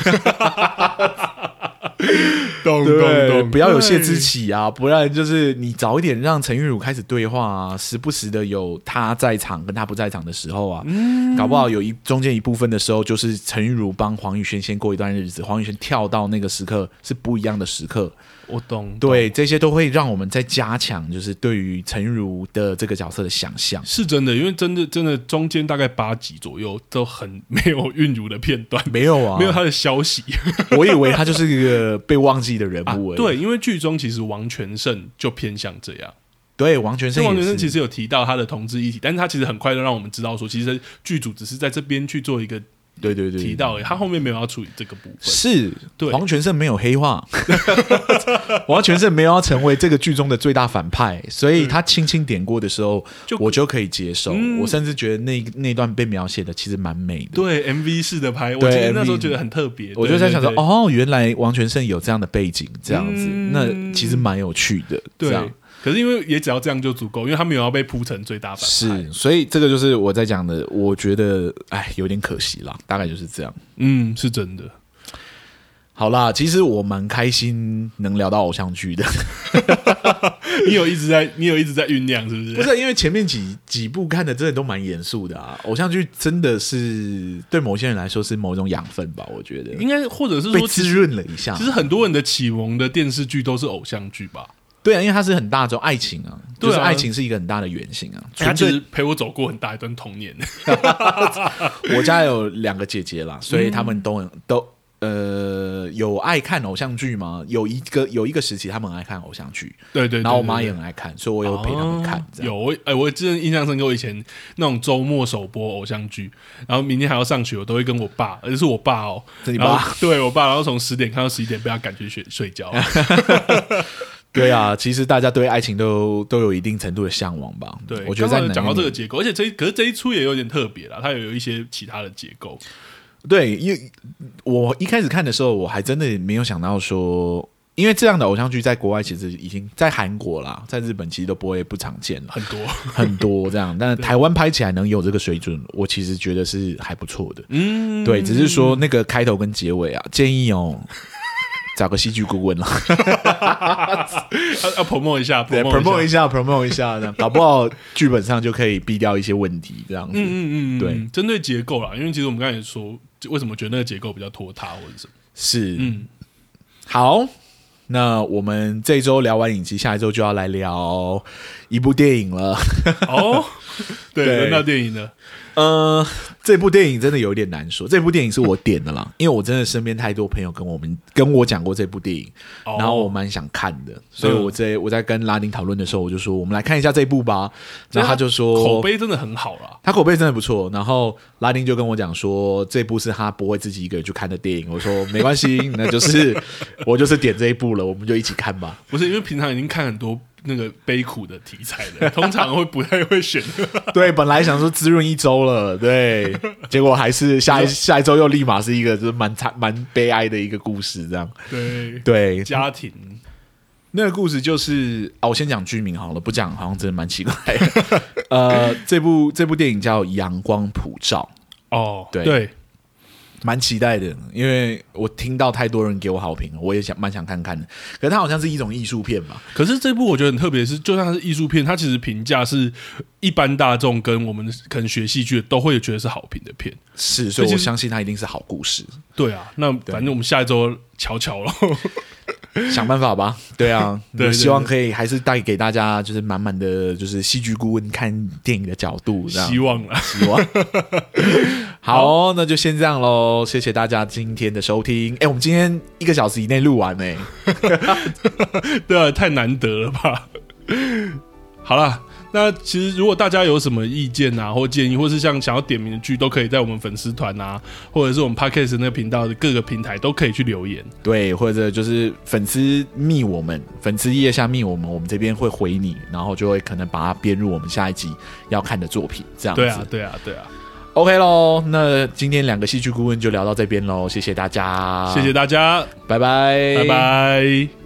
[SPEAKER 2] 懂
[SPEAKER 1] 对，不要有泄之。起啊，不然就是你早一点让陈玉茹开始对话啊，时不时的有他在场跟他不在场的时候啊，
[SPEAKER 2] 嗯
[SPEAKER 1] 搞不好有一中间一部分的时候，就是陈玉茹帮黄宇轩先过一段日子，黄宇轩跳到那个时刻是不一样的时刻，
[SPEAKER 2] 我懂，懂
[SPEAKER 1] 对，这些都会让我们在加强就是对于陈玉茹的这个角色的想 象。
[SPEAKER 2] 是真的，因为真的真的中间大概八集左右都很没有韵如的片 段，
[SPEAKER 1] 没有啊，
[SPEAKER 2] 没有他的消息。啊
[SPEAKER 1] 我以为他就是一个被忘记的人物、而已
[SPEAKER 2] 对，因为剧中其实王全胜就偏向这样。
[SPEAKER 1] 对，王全
[SPEAKER 2] 这
[SPEAKER 1] 胜
[SPEAKER 2] 王
[SPEAKER 1] 也
[SPEAKER 2] 全胜
[SPEAKER 1] 是，
[SPEAKER 2] 其实有提到他的同志议题，但是他其实很快就让我们知道说，其实剧组只是在这边去做一个
[SPEAKER 1] 对对对，
[SPEAKER 2] 提到而已，他后面没有要处理这个部分。
[SPEAKER 1] 是
[SPEAKER 2] 对
[SPEAKER 1] 黄全胜没有黑化， 黄全胜没有要成为这个剧中的最大反派，所以他轻轻点过的时候，
[SPEAKER 2] 就
[SPEAKER 1] 我就可以接受。
[SPEAKER 2] 嗯
[SPEAKER 1] 我甚至觉得那那段被描写的其实蛮美的。
[SPEAKER 2] 对 MV 式的拍，我
[SPEAKER 1] 对
[SPEAKER 2] 其实那时候
[SPEAKER 1] MV
[SPEAKER 2] 觉得很特别，
[SPEAKER 1] 我就
[SPEAKER 2] 对
[SPEAKER 1] 在想说，，
[SPEAKER 2] 对
[SPEAKER 1] 哦，原来王全胜有这样的背景，这样子，
[SPEAKER 2] 嗯
[SPEAKER 1] 那其实蛮有趣的。
[SPEAKER 2] 对
[SPEAKER 1] 这样
[SPEAKER 2] 对，可是因为也只要这样就足够，因为他没有要被铺成最大反派。
[SPEAKER 1] 是，所以这个就是我在讲的，我觉得，哎，有点可惜啦，大概就是这样。
[SPEAKER 2] 嗯，是真的。
[SPEAKER 1] 好啦，其实我蛮开心能聊到偶像剧的，
[SPEAKER 2] 你有一直在，你有一直在酝酿，是不
[SPEAKER 1] 不
[SPEAKER 2] 是？
[SPEAKER 1] 是因为前面几几部看的真的都蛮严肃的啊，偶像剧真的是对某些人来说是某种养分吧，我觉得
[SPEAKER 2] 应该或者是
[SPEAKER 1] 被
[SPEAKER 2] 说，其
[SPEAKER 1] 滋
[SPEAKER 2] 实
[SPEAKER 1] 润了一下
[SPEAKER 2] 其。实很多人的启蒙的电视剧都是偶像剧吧？
[SPEAKER 1] 对啊，因为它是很大众爱情啊，
[SPEAKER 2] 对
[SPEAKER 1] 就
[SPEAKER 2] 啊哎
[SPEAKER 1] 是爱情是一个很大的原型啊。
[SPEAKER 2] 他
[SPEAKER 1] 纯
[SPEAKER 2] 其实
[SPEAKER 1] 粹
[SPEAKER 2] 陪我走过很大一段童年。
[SPEAKER 1] 我家有两个姐姐
[SPEAKER 2] 嗯
[SPEAKER 1] 啦，所以他们都很都呃有爱看偶像剧吗？有一个有一个时期他们很爱看偶像剧，
[SPEAKER 2] 对对对，
[SPEAKER 1] 然后我妈
[SPEAKER 2] 对
[SPEAKER 1] 也很爱看，所以我有陪他们看。这
[SPEAKER 2] 有
[SPEAKER 1] 样
[SPEAKER 2] 我哎、我真的印象深刻，我以前那种周末首播偶像剧，然后明天还要上学，我都会跟我爸，而且是我爸哦，
[SPEAKER 1] 是你
[SPEAKER 2] 然后
[SPEAKER 1] 爸？
[SPEAKER 2] 对我爸，然后从十点看到十一点，被他赶去睡睡 觉。
[SPEAKER 1] 对啊，其实大家对爱情都都有一定程度的向往吧。
[SPEAKER 2] 对，
[SPEAKER 1] 我觉得在
[SPEAKER 2] 刚好讲
[SPEAKER 1] 哪
[SPEAKER 2] 到
[SPEAKER 1] 一
[SPEAKER 2] 这
[SPEAKER 1] 年
[SPEAKER 2] 个结构，而且这一可是这一出也有点特别啦，它有一些其他的结构。
[SPEAKER 1] 对，因为我一开始看的时候，我还真的没有想到说，因为这样的偶像剧在国外其实已经在韩国啦，在日本其实都不会不常见了，
[SPEAKER 2] 很多，
[SPEAKER 1] 很多这样。但是台湾拍起来能有这个水准，我其实觉得是还不错的。
[SPEAKER 2] 嗯，
[SPEAKER 1] 对，只是说那个开头跟结尾啊，建议哦。找个戏剧顾 问啦，
[SPEAKER 2] 要要 promote 一下，promote
[SPEAKER 1] promote
[SPEAKER 2] 一
[SPEAKER 1] 一
[SPEAKER 2] 下，
[SPEAKER 1] 下，promote 一下，这样搞不好剧本上就可以避掉一些问题，这样子。
[SPEAKER 2] 嗯嗯嗯，
[SPEAKER 1] 对，
[SPEAKER 2] 针对结构啦，因为其实我们刚才也说，就为什么觉得那个结构比较拖沓或者什么，
[SPEAKER 1] 是，
[SPEAKER 2] 嗯，
[SPEAKER 1] 好，那我们这一周聊完影集，下一周就要来聊一部电影了。
[SPEAKER 2] 哦， 对，
[SPEAKER 1] 对
[SPEAKER 2] 轮到电影了，
[SPEAKER 1] 呃， 这部电影真的有点难说，这部电影是我点的 啦，因为我真的身边太多朋友跟我们跟我讲过这部电影，
[SPEAKER 2] 哦嗯
[SPEAKER 1] 然后我蛮想看的，所以我在我在跟拉丁讨论的时候，我就说我们来看一下这部吧，然后他就说
[SPEAKER 2] 口。碑真的很好啦。
[SPEAKER 1] 他口碑真的不错，然后拉丁就跟我讲说，这部是他不会自己一个人去看的电影。我说没关系，那 就是我就是点这一部了，我们就一起看吧。
[SPEAKER 2] 不是因为平常已经看很多那个悲苦的题材 了，通常会不太会选。
[SPEAKER 1] 对，本来想说滋润一周了，对，结果还是下一下一周又立马是一个就是蛮惨蛮悲哀的一个故事，这样。
[SPEAKER 2] 对，
[SPEAKER 1] 对，
[SPEAKER 2] 家庭
[SPEAKER 1] 那个故事就是啊，我先讲剧名好了，不讲好像真的蛮 奇怪的。呃，这部这部电影叫《阳光普照
[SPEAKER 2] 哦，
[SPEAKER 1] 对
[SPEAKER 2] 对，》，
[SPEAKER 1] 蛮期待的，因为我听到太多人给我好评了，我也想蛮想看看的。可是它好像是一种艺术片吧？
[SPEAKER 2] 可是这部我觉得很特别，是就算它是艺术片，它其实评价是一般大众跟我们可能学戏剧的都会觉得是好评的片。
[SPEAKER 1] 是，所以
[SPEAKER 2] 所以
[SPEAKER 1] 我
[SPEAKER 2] 其实
[SPEAKER 1] 相信它一定是好故事。
[SPEAKER 2] 对啊，那反正我们下一周瞧瞧咯。
[SPEAKER 1] 想办法吧。 对啊，
[SPEAKER 2] 对
[SPEAKER 1] 我
[SPEAKER 2] 对
[SPEAKER 1] 希望可以还是带给大家就是满满的就是戏剧顾问看电影的角度，这样
[SPEAKER 2] 希望啦，
[SPEAKER 1] 希望。 好哦，那就先这样喽，谢谢大家今天的收听。哎，我们今天一个小时以内录完哎，
[SPEAKER 2] 对啊，太难得了吧？好啦，那其实如果大家有什么意见啊，或建议，或是像想要点名的剧，都可以在我们粉丝团啊，或者是我们 podcast 那个频道的各个平台都可以去留言。
[SPEAKER 1] 对，或者就是粉丝密我们，粉丝页下密我们，我们这边会回你，然后就会可能把它编入我们下一集要看的作品，这样子。
[SPEAKER 2] 对啊，对啊，对啊！
[SPEAKER 1] o k 喽，那今天两个戏剧顾问就聊到这边喽，谢谢大家，
[SPEAKER 2] 谢谢，大家，
[SPEAKER 1] 拜拜，
[SPEAKER 2] 拜拜。